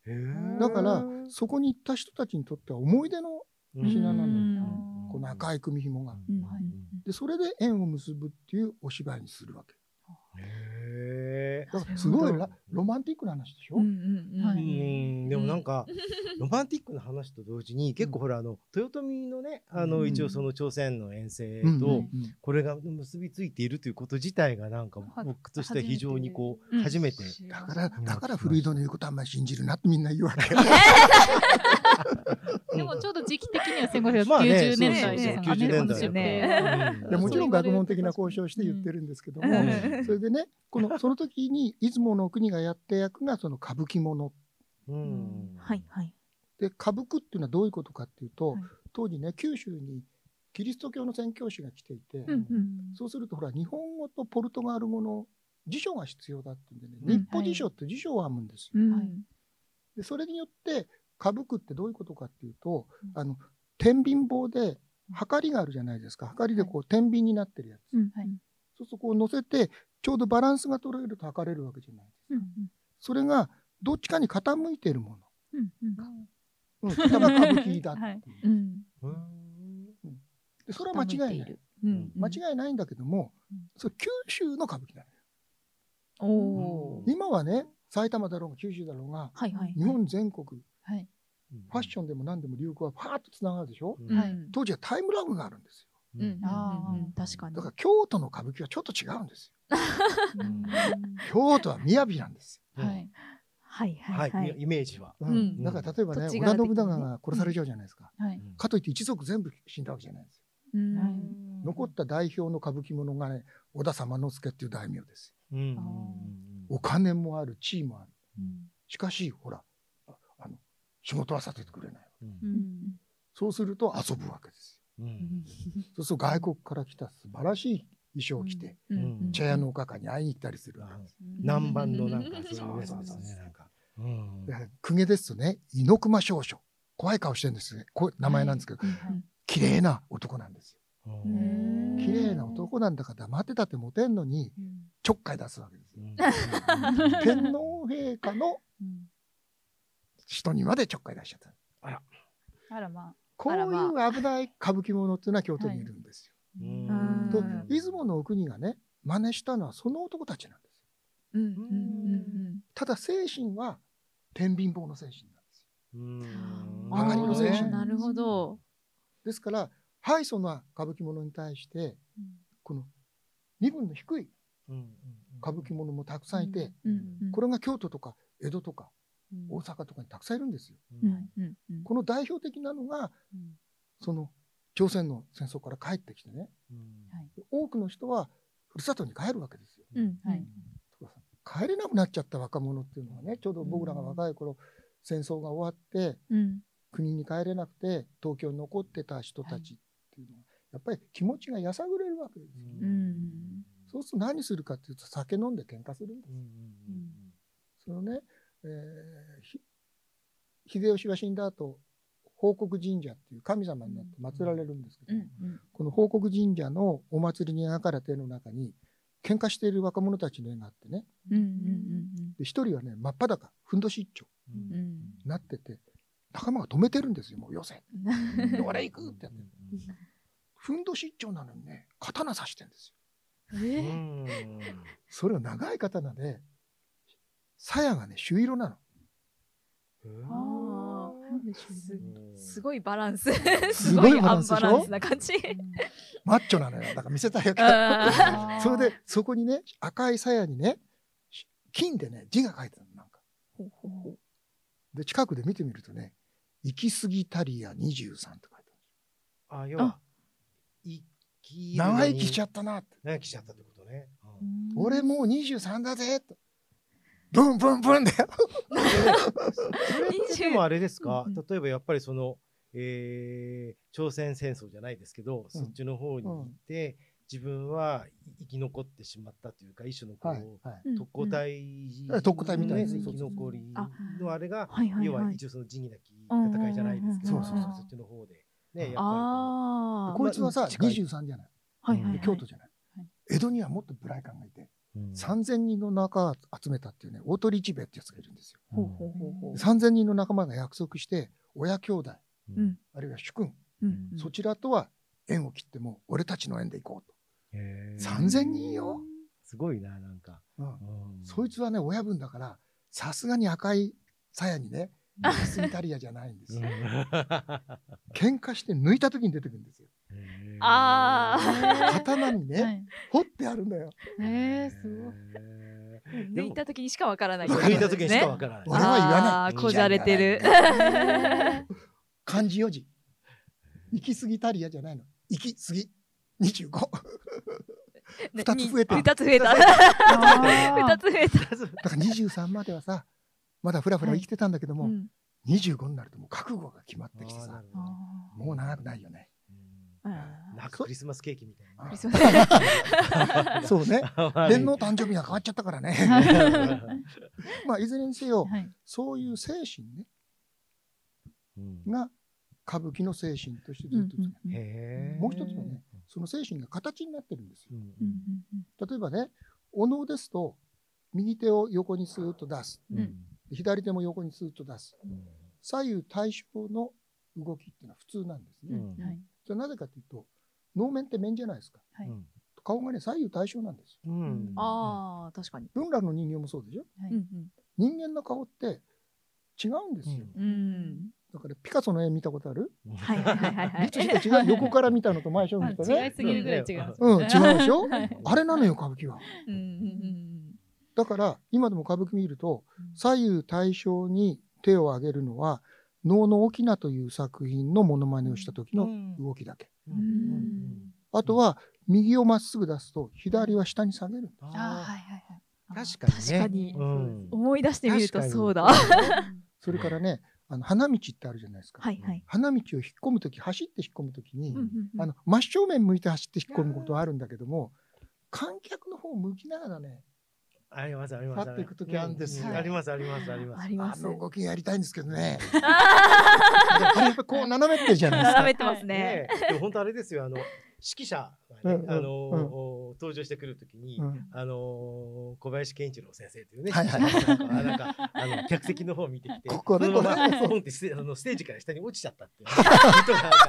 [SPEAKER 2] へー
[SPEAKER 4] だからそこに行った人たちにとっては思い出の
[SPEAKER 2] うん
[SPEAKER 4] 知らな
[SPEAKER 1] う
[SPEAKER 4] い
[SPEAKER 1] ん
[SPEAKER 4] この赤い組紐が、
[SPEAKER 1] うん
[SPEAKER 3] はい
[SPEAKER 4] でそれで縁を結ぶっていうお芝居にするわけ
[SPEAKER 2] へ
[SPEAKER 4] だからすごい
[SPEAKER 2] な
[SPEAKER 4] ラロマンティックな話でしょ、
[SPEAKER 1] うんうんうん
[SPEAKER 3] は
[SPEAKER 2] ーう
[SPEAKER 3] い
[SPEAKER 2] んでもなんかロマンティックな話と同時に結構ほらあの豊臣のねあ
[SPEAKER 4] う
[SPEAKER 2] の
[SPEAKER 4] ん
[SPEAKER 2] 一応その朝鮮の遠征
[SPEAKER 4] うん
[SPEAKER 2] と
[SPEAKER 4] ん
[SPEAKER 2] これが結びついているということ自体がなんか
[SPEAKER 3] は
[SPEAKER 2] 僕としては非常にこう
[SPEAKER 1] うん
[SPEAKER 2] 初めて
[SPEAKER 4] だからだから古井戸の言うことあんまり信じるなってみんな言うわけ
[SPEAKER 3] でもちょうど時期的には
[SPEAKER 2] まあね
[SPEAKER 3] 1590年代
[SPEAKER 1] そうそ
[SPEAKER 3] で
[SPEAKER 1] う
[SPEAKER 3] す
[SPEAKER 1] そう90
[SPEAKER 2] 年代
[SPEAKER 3] ですよ
[SPEAKER 1] だ
[SPEAKER 3] ね。
[SPEAKER 2] うん
[SPEAKER 4] でもちろん学問的な交渉をして言ってるんですけども、
[SPEAKER 1] うん
[SPEAKER 4] それでねこの その時に出雲の国がやった役がその歌舞伎者
[SPEAKER 2] うん
[SPEAKER 1] はいはい
[SPEAKER 4] で歌舞伎っていうのはどういうことかっていうと、
[SPEAKER 3] はい
[SPEAKER 4] 当時ね九州にキリスト教の宣教師が来ていて、
[SPEAKER 1] うんうん
[SPEAKER 4] そうするとほら日本語とポルトガル語の辞書が必要だっていうんでね、
[SPEAKER 2] うん
[SPEAKER 4] 日歩辞書って辞書を編むんですよ。
[SPEAKER 1] うん
[SPEAKER 3] はい
[SPEAKER 4] でそれによって歌舞伎ってどういうことかっていうと、
[SPEAKER 3] うん
[SPEAKER 4] あの天秤棒で秤があるじゃないですか秤でこう天秤になってるやつ、
[SPEAKER 1] うん
[SPEAKER 3] はい
[SPEAKER 4] そうするとこう乗せてちょうどバランスが取れると測れるわけじゃない
[SPEAKER 1] うん
[SPEAKER 4] それがどっちかに傾いてるも
[SPEAKER 1] うんうん
[SPEAKER 4] の、うん、それが歌舞伎だっていう、
[SPEAKER 3] はい
[SPEAKER 1] うん
[SPEAKER 2] うん
[SPEAKER 4] でそれは間違いない
[SPEAKER 1] 傾てるうんうん
[SPEAKER 4] 間違いないんだけども、
[SPEAKER 3] うん
[SPEAKER 4] それ九州の歌舞伎なのよ
[SPEAKER 1] おおー。
[SPEAKER 4] 今はね埼玉だろうが九州だろうが
[SPEAKER 1] はいはい。
[SPEAKER 4] 日本全国
[SPEAKER 3] はい。
[SPEAKER 2] フ
[SPEAKER 4] ファッションでも何でも流行はパーッとつながるでしょ
[SPEAKER 2] ョ
[SPEAKER 3] はい
[SPEAKER 4] 当時はタイムラグがあるんです
[SPEAKER 1] うんうん
[SPEAKER 3] あ
[SPEAKER 1] う
[SPEAKER 3] ー
[SPEAKER 1] んうん。確かに
[SPEAKER 4] よだ。から京都の歌舞伎はちょっと違うんです
[SPEAKER 2] う
[SPEAKER 3] うんん
[SPEAKER 4] よ京都は雅なんです
[SPEAKER 3] はい。
[SPEAKER 1] はい
[SPEAKER 2] うん
[SPEAKER 1] はい
[SPEAKER 2] は、
[SPEAKER 1] はいい。
[SPEAKER 2] イメージは。
[SPEAKER 4] よ、
[SPEAKER 1] うん
[SPEAKER 4] うんだから例えばね
[SPEAKER 1] 土地
[SPEAKER 4] 織田
[SPEAKER 1] 柄的にね
[SPEAKER 4] 信長が殺されちゃうじゃないですか、
[SPEAKER 3] は
[SPEAKER 2] う
[SPEAKER 3] い。
[SPEAKER 2] ん
[SPEAKER 4] かといって一族全部死んだわけじゃないんですよ
[SPEAKER 3] うん
[SPEAKER 1] はい
[SPEAKER 4] 残った代表の歌舞伎者がね織田様之助っていう大名です
[SPEAKER 2] うんうん
[SPEAKER 3] あー
[SPEAKER 2] うん
[SPEAKER 4] よお金もある地位もある
[SPEAKER 3] うん
[SPEAKER 4] しかしほらああの仕事はさせてくれない
[SPEAKER 2] うん
[SPEAKER 3] うん
[SPEAKER 4] そうすると遊ぶわけです
[SPEAKER 2] うん
[SPEAKER 4] よそうすると外国から来た素晴らしい衣装を着て、
[SPEAKER 3] うん
[SPEAKER 2] うん
[SPEAKER 4] 茶屋のおかかに会いに行ったりするわけです、
[SPEAKER 2] 南蛮のなんかそういうやつ
[SPEAKER 4] そう
[SPEAKER 2] で
[SPEAKER 4] そう
[SPEAKER 2] す
[SPEAKER 4] そう
[SPEAKER 2] ね。なんか。うん
[SPEAKER 4] で公家ですとね猪熊少々怖い顔してるんですねこう名前なんですけど、
[SPEAKER 3] はい
[SPEAKER 4] 綺麗な男なんですよ
[SPEAKER 2] うん
[SPEAKER 4] 綺麗な男なんだから黙ってたってモテんのに
[SPEAKER 3] うん
[SPEAKER 4] ちょっかい出すわけです
[SPEAKER 2] う
[SPEAKER 4] よ
[SPEAKER 2] ん
[SPEAKER 4] 天皇陛下の
[SPEAKER 3] うん
[SPEAKER 4] 人にまでちょっかい出しちゃった
[SPEAKER 3] あらまあ。
[SPEAKER 4] こういう危ない歌舞伎者っていうのは京都にいるんですよ、
[SPEAKER 2] うん
[SPEAKER 1] うん
[SPEAKER 4] と
[SPEAKER 1] うん
[SPEAKER 4] 出雲のお国がね真似したのはその男たちなんですよ
[SPEAKER 3] うんうんうん
[SPEAKER 4] ただ精神は天秤棒の精神なんですよ
[SPEAKER 2] うん
[SPEAKER 4] あー
[SPEAKER 2] うん
[SPEAKER 4] ね
[SPEAKER 1] なるほど。
[SPEAKER 4] ですから敗訴な歌舞伎者に対してこの身分の低い
[SPEAKER 2] うん
[SPEAKER 4] 歌舞伎者もたくさんいて、
[SPEAKER 3] うんうんうん。
[SPEAKER 4] これが京都とか江戸とか
[SPEAKER 3] うん
[SPEAKER 4] 大阪とかにたくさんいるんですよ。
[SPEAKER 2] う
[SPEAKER 3] うんんうんうん
[SPEAKER 4] この代表的なのが
[SPEAKER 3] うん
[SPEAKER 4] その朝鮮の戦争から帰ってきてね
[SPEAKER 2] うん
[SPEAKER 4] 多くの人はふるさとに帰るわけですよ。
[SPEAKER 1] うん
[SPEAKER 3] はい。
[SPEAKER 4] 帰れなくなっちゃった若者っていうのはねちょうど僕らが若い頃、戦争が終わって
[SPEAKER 1] うん。
[SPEAKER 4] 国に帰れなくて東京に残ってた人たちっていうのは、やっぱり気持ちがやさぐれるわけですよ。
[SPEAKER 1] う
[SPEAKER 2] うん
[SPEAKER 1] ん
[SPEAKER 4] そうすると何するかっていうと酒飲んで喧嘩するんです。そのね、えーひ秀吉が死んだ後報国神社っていう神様になって祀られるんですけ
[SPEAKER 3] う
[SPEAKER 4] ど、
[SPEAKER 3] んうん
[SPEAKER 4] この報国神社のお祭りに描かれた絵の中に喧嘩している若者たちの絵があってね
[SPEAKER 3] うんうん
[SPEAKER 4] で一人はね真っ裸ふんどし一丁
[SPEAKER 3] うんうん。
[SPEAKER 4] になってて仲間が止めてるんですよもうよせ
[SPEAKER 2] うん
[SPEAKER 4] どれ行くってやってふんどし一丁なのにね刀刺してんですよ
[SPEAKER 2] う
[SPEAKER 1] えー
[SPEAKER 2] ん
[SPEAKER 4] それを長い刀で鞘がね朱色なの
[SPEAKER 3] ああ。なんでしょう
[SPEAKER 1] す
[SPEAKER 3] ね
[SPEAKER 1] すごいバランス。
[SPEAKER 4] す
[SPEAKER 1] す
[SPEAKER 4] ご
[SPEAKER 1] ご
[SPEAKER 4] い
[SPEAKER 1] いア
[SPEAKER 4] バラン
[SPEAKER 1] ン
[SPEAKER 4] スで
[SPEAKER 1] バ
[SPEAKER 4] しょ
[SPEAKER 1] ランスな感じ。
[SPEAKER 4] マッチョなのよだから見せたいわけ
[SPEAKER 1] あ
[SPEAKER 3] あー
[SPEAKER 4] それでそこにね赤い鞘にねし金でね字が書いてたのなんか
[SPEAKER 1] ー
[SPEAKER 4] で近くで見てみるとね「行き過ぎたりや23」って書いてある
[SPEAKER 2] あ要は生き
[SPEAKER 4] 長生きしちゃったなって
[SPEAKER 2] 長生きしちゃったってことね。
[SPEAKER 3] うん
[SPEAKER 2] うん
[SPEAKER 4] 俺もう23だぜとブンブンブンだよ
[SPEAKER 2] それってでもあれですか
[SPEAKER 3] 20
[SPEAKER 2] 例えばやっぱりその、えー朝鮮戦争じゃないですけど、そっちの方に行って、自分は生き残ってしまったというか一種のこう、
[SPEAKER 4] はい、はい、
[SPEAKER 1] うん
[SPEAKER 2] 特攻隊、
[SPEAKER 4] うん特攻隊みたいな
[SPEAKER 2] ね
[SPEAKER 4] そう
[SPEAKER 2] 生き残り
[SPEAKER 1] あ
[SPEAKER 2] のあれが、
[SPEAKER 1] はいはい
[SPEAKER 2] 要は
[SPEAKER 1] はい。
[SPEAKER 2] 一応その仁義なき戦いじゃないですけど、
[SPEAKER 4] うんうんうんうん
[SPEAKER 2] そっちの方でねやっぱりこう
[SPEAKER 1] ああ。
[SPEAKER 4] こいつはさ
[SPEAKER 2] まあ近い
[SPEAKER 4] 23じゃない
[SPEAKER 1] はいはいはい。
[SPEAKER 4] 京都じゃない、
[SPEAKER 3] はい
[SPEAKER 4] 江戸にはもっと無頼感がいて、
[SPEAKER 2] うん
[SPEAKER 4] 3,000人の仲集めたっていうね大鳥一兵衛ってやつがいるんですよ
[SPEAKER 1] ほうほうほうほう。
[SPEAKER 4] 3,000人の仲間が約束して親兄弟
[SPEAKER 1] うん
[SPEAKER 4] あるいは主君、
[SPEAKER 1] うん
[SPEAKER 4] そちらとは縁を切っても俺たちの縁で行こう
[SPEAKER 2] へー
[SPEAKER 4] 3000人よ
[SPEAKER 2] すごいななんか、
[SPEAKER 4] と、
[SPEAKER 2] うん
[SPEAKER 4] そいつはね親分だからさすがに赤い鞘にねスイタリアじゃないんです
[SPEAKER 2] う
[SPEAKER 4] よ
[SPEAKER 2] んへ
[SPEAKER 4] 喧嘩して抜いた時に出てくるんですよ
[SPEAKER 2] ー
[SPEAKER 1] あ
[SPEAKER 4] 刀にね、
[SPEAKER 3] はい
[SPEAKER 4] 掘ってあるんだよ
[SPEAKER 3] えーすごい。
[SPEAKER 2] へー
[SPEAKER 1] 抜いた時にしかわからない。
[SPEAKER 2] 抜いた時にしか
[SPEAKER 1] ね
[SPEAKER 2] わからない。
[SPEAKER 4] 俺は言わない
[SPEAKER 1] あーこじゃれてる。
[SPEAKER 4] 漢字4字行き過ぎタリアじゃないの行き過ぎ25 二つ増えた
[SPEAKER 1] 二つ増えた。 二
[SPEAKER 3] あ
[SPEAKER 1] つ増えた。
[SPEAKER 4] だから23まではさまだふらふら生きてたんだけども、
[SPEAKER 1] うん
[SPEAKER 4] 25になるともう覚悟が決まってきて
[SPEAKER 2] あーな
[SPEAKER 4] さ
[SPEAKER 2] るほどね
[SPEAKER 3] ー
[SPEAKER 4] もう長くないよね
[SPEAKER 2] うん
[SPEAKER 1] あ
[SPEAKER 2] なんかクリスマスケーキみたい
[SPEAKER 4] あ
[SPEAKER 2] な。
[SPEAKER 1] ーそうですね
[SPEAKER 4] そうね 天皇
[SPEAKER 2] と。
[SPEAKER 4] 誕生日が変わっちゃったからね まあいずれにせよ
[SPEAKER 3] はい。
[SPEAKER 4] そういう精神ね
[SPEAKER 2] うん
[SPEAKER 4] が歌舞伎の精神としてず
[SPEAKER 3] う
[SPEAKER 4] っ
[SPEAKER 3] ん
[SPEAKER 4] と続
[SPEAKER 3] う
[SPEAKER 4] け
[SPEAKER 3] ん
[SPEAKER 2] へー
[SPEAKER 4] もう一つはね。その精神が形になってるんです
[SPEAKER 2] う
[SPEAKER 4] よ
[SPEAKER 2] ん
[SPEAKER 3] うん
[SPEAKER 4] 例えばねお能ですと右手を横にスーッと出す
[SPEAKER 2] うんうん
[SPEAKER 4] 左手も横にスーッと出す
[SPEAKER 2] うん
[SPEAKER 4] 左右対称の動きっていうのは普通なんです
[SPEAKER 3] う
[SPEAKER 4] ね、
[SPEAKER 3] んうんはい。
[SPEAKER 4] それなぜかというと能面って面じゃないですか
[SPEAKER 3] はい
[SPEAKER 2] うん
[SPEAKER 4] と顔がね左右対称なんですよ
[SPEAKER 2] うん
[SPEAKER 1] ああ、確かに。
[SPEAKER 4] 文楽の人形もそうでしょ
[SPEAKER 1] うんうん
[SPEAKER 4] 人間の顔って違うんですよ、
[SPEAKER 2] うん
[SPEAKER 1] うん。
[SPEAKER 4] だからピカソの絵見たことある
[SPEAKER 1] はいはいはいはい。
[SPEAKER 4] ちょっと違う横から見たのと前正面と
[SPEAKER 1] 違い
[SPEAKER 4] ね
[SPEAKER 1] すぎるぐらい違います。
[SPEAKER 4] うん違うでしょ
[SPEAKER 1] はい
[SPEAKER 4] あれなのよ歌舞伎は
[SPEAKER 1] うんうん
[SPEAKER 4] だから今でも歌舞伎見ると
[SPEAKER 1] うん
[SPEAKER 4] 左右対称に手を挙げるのは「能の翁」という作品のモノマネをした時の動きだけ、
[SPEAKER 2] う
[SPEAKER 1] うんうん
[SPEAKER 2] ん
[SPEAKER 4] あとは右をまっすぐ出すと左は下に下げる
[SPEAKER 2] あー
[SPEAKER 1] ああ、はいはいはい。
[SPEAKER 2] 確かに
[SPEAKER 1] 確
[SPEAKER 2] ね
[SPEAKER 1] かに。
[SPEAKER 2] うん
[SPEAKER 1] 思い出してみると
[SPEAKER 2] 確かに
[SPEAKER 1] そうだ。は
[SPEAKER 4] それからねあの花道ってあるじゃないですか、
[SPEAKER 1] いはい。
[SPEAKER 4] 花道を引っ込む時走って引っ込む時に、
[SPEAKER 1] うんうんうん
[SPEAKER 4] あの真正面向いて走って引っ込むことはあるんだけども観客の方を向きながらね
[SPEAKER 2] ありますあります。
[SPEAKER 4] 立っていく時あるんです
[SPEAKER 1] よ
[SPEAKER 2] うありますありますあります
[SPEAKER 1] あ。りま
[SPEAKER 4] あ
[SPEAKER 1] す。
[SPEAKER 4] の動きやりたいんですけど ねあれやっぱこう斜めってるじ ゃないですか
[SPEAKER 1] 並べてますね。
[SPEAKER 2] ねえ、でも本当あれですよあの指揮者がね、
[SPEAKER 4] うんうん
[SPEAKER 2] あのー
[SPEAKER 4] うん
[SPEAKER 2] 登場してくるときに、
[SPEAKER 4] うん
[SPEAKER 2] あのー小林健一郎先生というね、
[SPEAKER 4] はいはい
[SPEAKER 2] なんかなんかあの客席の方を見てきて、
[SPEAKER 4] ここね
[SPEAKER 2] そのまま
[SPEAKER 4] これ
[SPEAKER 2] ポンってステあのステージから下に落ちちゃったっていうことがなんか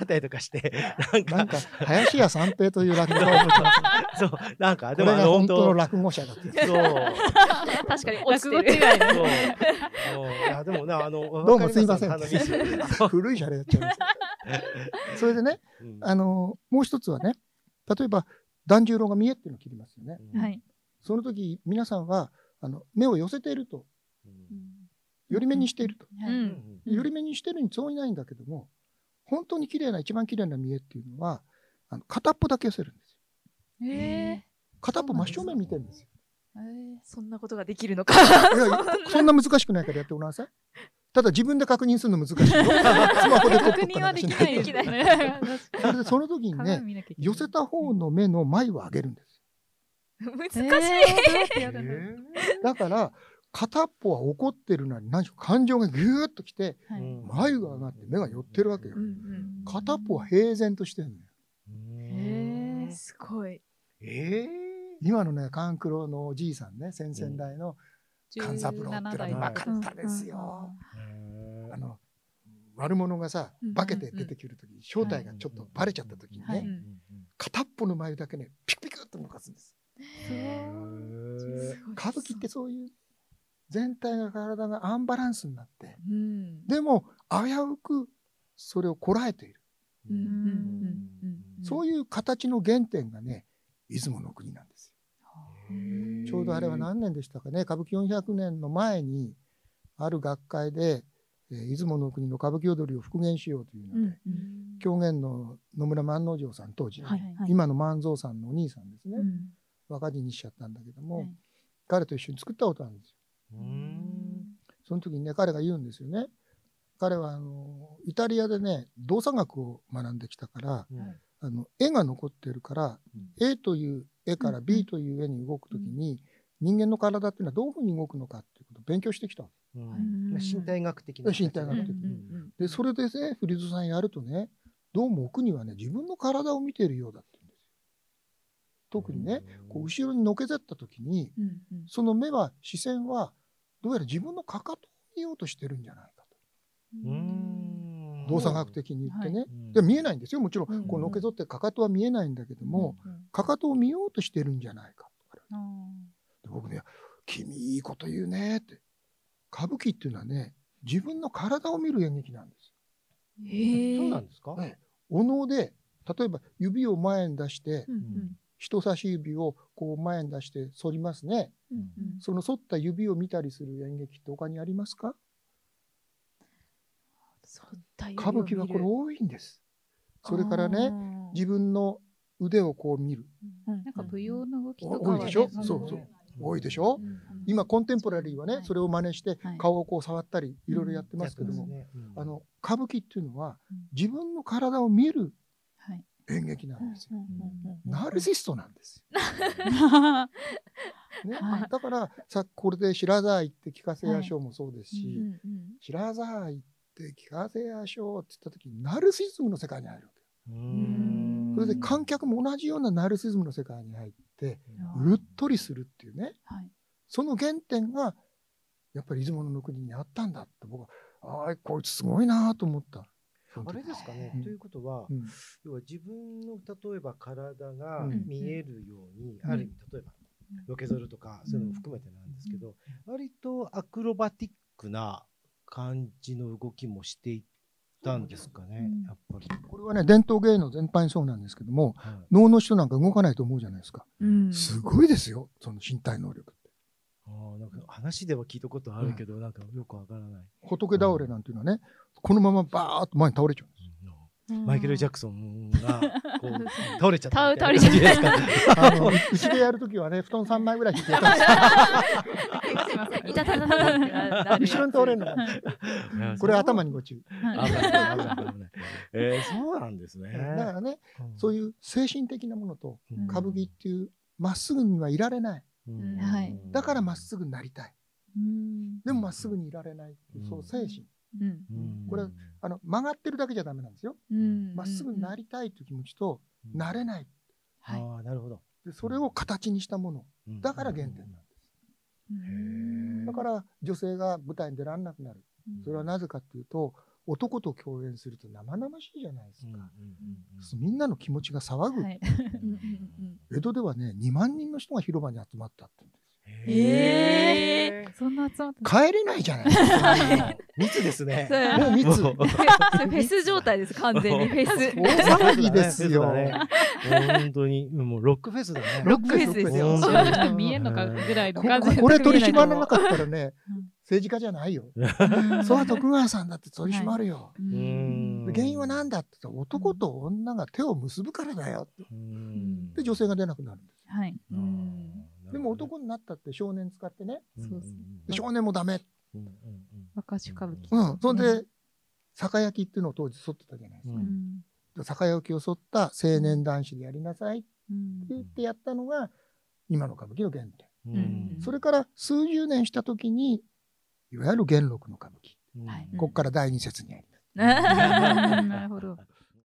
[SPEAKER 2] あったりとかして、なんか
[SPEAKER 4] なんか林家三平という落語 家を覚えてます
[SPEAKER 2] そ
[SPEAKER 4] こ
[SPEAKER 2] うなんか
[SPEAKER 4] れ
[SPEAKER 2] あ
[SPEAKER 4] が
[SPEAKER 2] の
[SPEAKER 4] 本当の落語者だって
[SPEAKER 2] そう
[SPEAKER 1] 確かに落ちて
[SPEAKER 3] 落語
[SPEAKER 1] る。
[SPEAKER 3] 違いね。
[SPEAKER 2] そうあのいやでもなあの
[SPEAKER 4] どうもすいません
[SPEAKER 2] わかりますあのミス そう
[SPEAKER 4] 古いシャレやっちゃうんですよそれでね
[SPEAKER 2] うん
[SPEAKER 4] あのもう一つはね例えば團十郎が見えっていうのを切りますよね
[SPEAKER 2] うん
[SPEAKER 1] はい。
[SPEAKER 4] その時皆さんはあの目を寄せていると
[SPEAKER 2] うん
[SPEAKER 4] 寄り目にしていると
[SPEAKER 1] う。
[SPEAKER 2] うんん
[SPEAKER 1] うん
[SPEAKER 4] 寄り目にしてるに相違ないんだけども本当に綺麗な一番綺麗な見えっていうのはあの片っぽだけ寄せるんです
[SPEAKER 1] え
[SPEAKER 4] よ
[SPEAKER 1] え。
[SPEAKER 4] 片っぽ真正面見てるんですよ
[SPEAKER 1] そんなことができるのか。
[SPEAKER 4] いやそんな難しくないからやってごらんなさいただ自分で確認するの難しいよスマホで撮
[SPEAKER 3] 確
[SPEAKER 4] っとったり
[SPEAKER 3] 認は
[SPEAKER 4] なんか
[SPEAKER 3] で
[SPEAKER 4] し
[SPEAKER 3] き
[SPEAKER 4] ない
[SPEAKER 3] な
[SPEAKER 4] と
[SPEAKER 3] い
[SPEAKER 1] できない
[SPEAKER 3] ね。
[SPEAKER 4] それでその時にね
[SPEAKER 3] 鏡見なきゃいけない
[SPEAKER 4] 寄せた方の目の前を上げるんです
[SPEAKER 1] 難し
[SPEAKER 3] えー
[SPEAKER 1] い。
[SPEAKER 3] どうやってや
[SPEAKER 2] え
[SPEAKER 3] るの
[SPEAKER 4] だから片っぽは怒ってるのに何しろ感情がギューッときて
[SPEAKER 3] はい
[SPEAKER 2] うん
[SPEAKER 4] 眉が上がって目が寄ってるわけよ
[SPEAKER 1] うんうん
[SPEAKER 4] 片っぽは平然としてるのよ
[SPEAKER 2] へ
[SPEAKER 1] すごい。
[SPEAKER 2] え
[SPEAKER 4] 今のね勘九郎のおじいさんね先々代の勘三郎っての
[SPEAKER 3] 17
[SPEAKER 4] は
[SPEAKER 3] 代
[SPEAKER 4] うまかった
[SPEAKER 1] うん
[SPEAKER 4] です
[SPEAKER 1] うん
[SPEAKER 4] よ
[SPEAKER 1] うん
[SPEAKER 4] あの悪者がさ
[SPEAKER 1] うん
[SPEAKER 4] 化けて出てくる時正体がちょっとバレちゃった時に
[SPEAKER 3] はい
[SPEAKER 4] ね片っぽの眉だけねピクピクっと動かすんです
[SPEAKER 1] すごい
[SPEAKER 4] 歌舞伎ってそういう全体が体がアンバランスになって
[SPEAKER 1] うん。
[SPEAKER 4] でも危うくそれをこらえている
[SPEAKER 1] うんうんうんうん
[SPEAKER 4] そういう形の原点がね出雲の国なんですよちょうどあれは何年でしたかね歌舞伎400年の前にある学会で、えー出雲の国の歌舞伎踊りを復元しようというので、
[SPEAKER 1] うん
[SPEAKER 4] 狂言の野村万能城さん当時、
[SPEAKER 3] はいはい
[SPEAKER 4] 今の万蔵さんのお兄さんですね、
[SPEAKER 1] うん
[SPEAKER 4] 若死にしちゃったんだけども、
[SPEAKER 3] はい
[SPEAKER 4] 彼と一緒に作ったことあるんですよその時にね彼が言うんですよね彼はあのイタリアでね動作学を学んできたからあの絵が残ってるから、A という絵から B という絵に動く時に、人間の体っていうのはどういうふうに動くのかっていうことを勉強してきたわ
[SPEAKER 1] うん
[SPEAKER 2] 身体学的な
[SPEAKER 4] 身体学的
[SPEAKER 2] うん
[SPEAKER 4] けでそれでねフリーズさんやるとねどうも奥にはね自分の体を見ているようだって言うんですよ特にね、こう後ろにのけざった時に
[SPEAKER 1] うんうん
[SPEAKER 4] その目は視線はどうやら自分のかかとを見ようとしてるんじゃないかと動作学的に言ってね、で見えないんですよもちろん、
[SPEAKER 3] うん
[SPEAKER 4] こうのけぞってかかとは見えないんだけども、かかとを見ようとしてるんじゃないかと
[SPEAKER 3] あ
[SPEAKER 4] で僕ね「君いいこと言うね」って歌舞伎っていうのはね自分の体を見る演劇なんです
[SPEAKER 1] へえ
[SPEAKER 2] そうなんですか
[SPEAKER 4] よ、お能で例えば指を前に出して
[SPEAKER 1] うんうん
[SPEAKER 4] 人差し指をこう前に出して反りますね
[SPEAKER 1] うんうん
[SPEAKER 4] その反った指を見たりする演劇って他にありますか
[SPEAKER 1] そう太陽を
[SPEAKER 4] 歌舞伎はこ
[SPEAKER 1] 見
[SPEAKER 4] れ
[SPEAKER 1] る
[SPEAKER 4] 多いんですそれからね
[SPEAKER 1] あー
[SPEAKER 4] 自分の腕をこう見る
[SPEAKER 3] なんか舞踊の動きとか
[SPEAKER 4] 多
[SPEAKER 3] はいね
[SPEAKER 4] でしょ
[SPEAKER 3] の
[SPEAKER 4] そうそう多いでしょ
[SPEAKER 3] うん
[SPEAKER 4] 今コンテンポラリーはね、
[SPEAKER 3] はい
[SPEAKER 4] それを真似して
[SPEAKER 3] はい
[SPEAKER 4] 顔をこう触ったりいろいろやってますけども、あの歌舞伎っていうのは
[SPEAKER 3] うん
[SPEAKER 4] 自分の体を見る
[SPEAKER 3] はい
[SPEAKER 4] 演劇なんですよ。
[SPEAKER 3] うん
[SPEAKER 4] ナルシストなんですよ、ね
[SPEAKER 3] はい
[SPEAKER 4] だからさこれで「白沢行って聞かせやしょう」もそうですし「
[SPEAKER 1] うんうん
[SPEAKER 4] 白沢行って聞かせやしょう」って言った時にナルシズムの世界に入るわけよそれで観客も同じようなナルシズムの世界に入ってうっとりするっていうね
[SPEAKER 3] はい
[SPEAKER 4] その原点がやっぱり出雲の国にあったんだって僕はああこいつすごいなと思った
[SPEAKER 2] あれですかね
[SPEAKER 4] う。ん
[SPEAKER 2] ということは、
[SPEAKER 4] うん
[SPEAKER 2] 要は自分の例えば体が
[SPEAKER 4] うん
[SPEAKER 2] 見えるように、
[SPEAKER 4] うん
[SPEAKER 2] ある意味例えば
[SPEAKER 3] うん
[SPEAKER 2] ロケゾルとかそういうのも含めてなんですけど、割とアクロバティックな感じの動きもしていったんですかね、
[SPEAKER 3] うん
[SPEAKER 2] やっぱり。
[SPEAKER 4] これはね、伝統芸能全般そうなんですけども、
[SPEAKER 2] はい
[SPEAKER 4] 能の人なんか動かないと思うじゃないですか。
[SPEAKER 1] うん
[SPEAKER 4] すごいですよ、その身体能力って。
[SPEAKER 2] あーなんか話では聞いたことあるけど、なんかよくわからない。
[SPEAKER 4] 仏倒れなんていうのはね、このままバーッと前に倒れ ちゃう。
[SPEAKER 2] マイケル・ジャ
[SPEAKER 1] ク
[SPEAKER 2] クソンがこう倒れちゃったみ
[SPEAKER 1] 倒
[SPEAKER 2] たい
[SPEAKER 1] れ
[SPEAKER 2] な
[SPEAKER 1] ちゃ
[SPEAKER 2] 感
[SPEAKER 1] った
[SPEAKER 2] じですか。
[SPEAKER 4] あのうちでやるときはね、布団3枚ぐらい引いて やったんですよ
[SPEAKER 1] すいません。いたたたたたってなるやつ
[SPEAKER 4] 後ろに倒れるの
[SPEAKER 1] はい
[SPEAKER 4] これ頭にご注意。
[SPEAKER 2] 危
[SPEAKER 1] は
[SPEAKER 2] な
[SPEAKER 1] い
[SPEAKER 2] い危ない危ない。えー、そうなんですね。
[SPEAKER 4] だからね、そういう精神的なものと
[SPEAKER 2] うん
[SPEAKER 4] 歌舞伎っていう、まっすぐにはいられない。
[SPEAKER 2] うん
[SPEAKER 1] はい
[SPEAKER 4] だからまっすぐになりたい。
[SPEAKER 3] うん
[SPEAKER 4] でもまっすぐにいられない。
[SPEAKER 2] うん
[SPEAKER 4] そう、精神。
[SPEAKER 3] うん
[SPEAKER 2] うん
[SPEAKER 4] これあの曲がってるだけじゃダメなんですよ。
[SPEAKER 1] うん
[SPEAKER 4] まっすぐになりたいという気持ちと、なれない。
[SPEAKER 2] ああ、なるほど。
[SPEAKER 4] でそれを形にしたもの。
[SPEAKER 2] うん
[SPEAKER 4] だから原点なんです。だから女性が舞台に出られなくなる。それはなぜかっていうと、男と共演すると生々しいじゃないです
[SPEAKER 2] うんうん
[SPEAKER 4] か。みんなの気持ちが騒ぐ。
[SPEAKER 1] はい
[SPEAKER 2] うんうん
[SPEAKER 4] 江戸ではね、2万人の人が広場に集まったって。
[SPEAKER 1] え
[SPEAKER 3] そんな集まって
[SPEAKER 4] 帰れないじゃないですか。
[SPEAKER 2] 密ですね。
[SPEAKER 1] そう
[SPEAKER 4] もう密。
[SPEAKER 2] もう
[SPEAKER 1] それフェス状態です完全にフェス
[SPEAKER 4] 大騒ぎですよ。
[SPEAKER 2] 本当に、もうロックフェスだね。
[SPEAKER 1] ロックフェスですよ
[SPEAKER 3] そんな人見えんのかぐらいの
[SPEAKER 4] こ
[SPEAKER 3] 感じ
[SPEAKER 4] これ取り締まらなかったらね
[SPEAKER 3] うん、
[SPEAKER 4] 政治家じゃないよ。
[SPEAKER 1] うん
[SPEAKER 4] それは徳川さんだって取り締まるよ。
[SPEAKER 3] う
[SPEAKER 2] うんん
[SPEAKER 4] 原因は何だって言ったら男と女が手を結ぶからだよ。
[SPEAKER 2] うん
[SPEAKER 4] で、女性が出なくなるんです。
[SPEAKER 3] はい
[SPEAKER 2] あーなるほどね
[SPEAKER 4] でも男になったって少年使ってね、
[SPEAKER 2] うん
[SPEAKER 3] そうそう
[SPEAKER 4] で少年もダメ。
[SPEAKER 2] うんうん
[SPEAKER 3] 若手歌舞伎
[SPEAKER 4] うん。そん
[SPEAKER 3] う
[SPEAKER 4] で、酒焼きっていうのを当時剃ってたじゃないです
[SPEAKER 2] う
[SPEAKER 4] か。
[SPEAKER 2] ん
[SPEAKER 3] うん
[SPEAKER 4] 酒焼きを剃った青年男子でやりなさいって
[SPEAKER 3] うん
[SPEAKER 4] 言ってやったのが、今の歌舞伎の原点。
[SPEAKER 2] うんうん
[SPEAKER 4] それから数十年した時に、いわゆる元禄の歌舞伎。
[SPEAKER 2] うん
[SPEAKER 1] はい
[SPEAKER 4] ここから第二節にあります。
[SPEAKER 1] な
[SPEAKER 3] なるほど。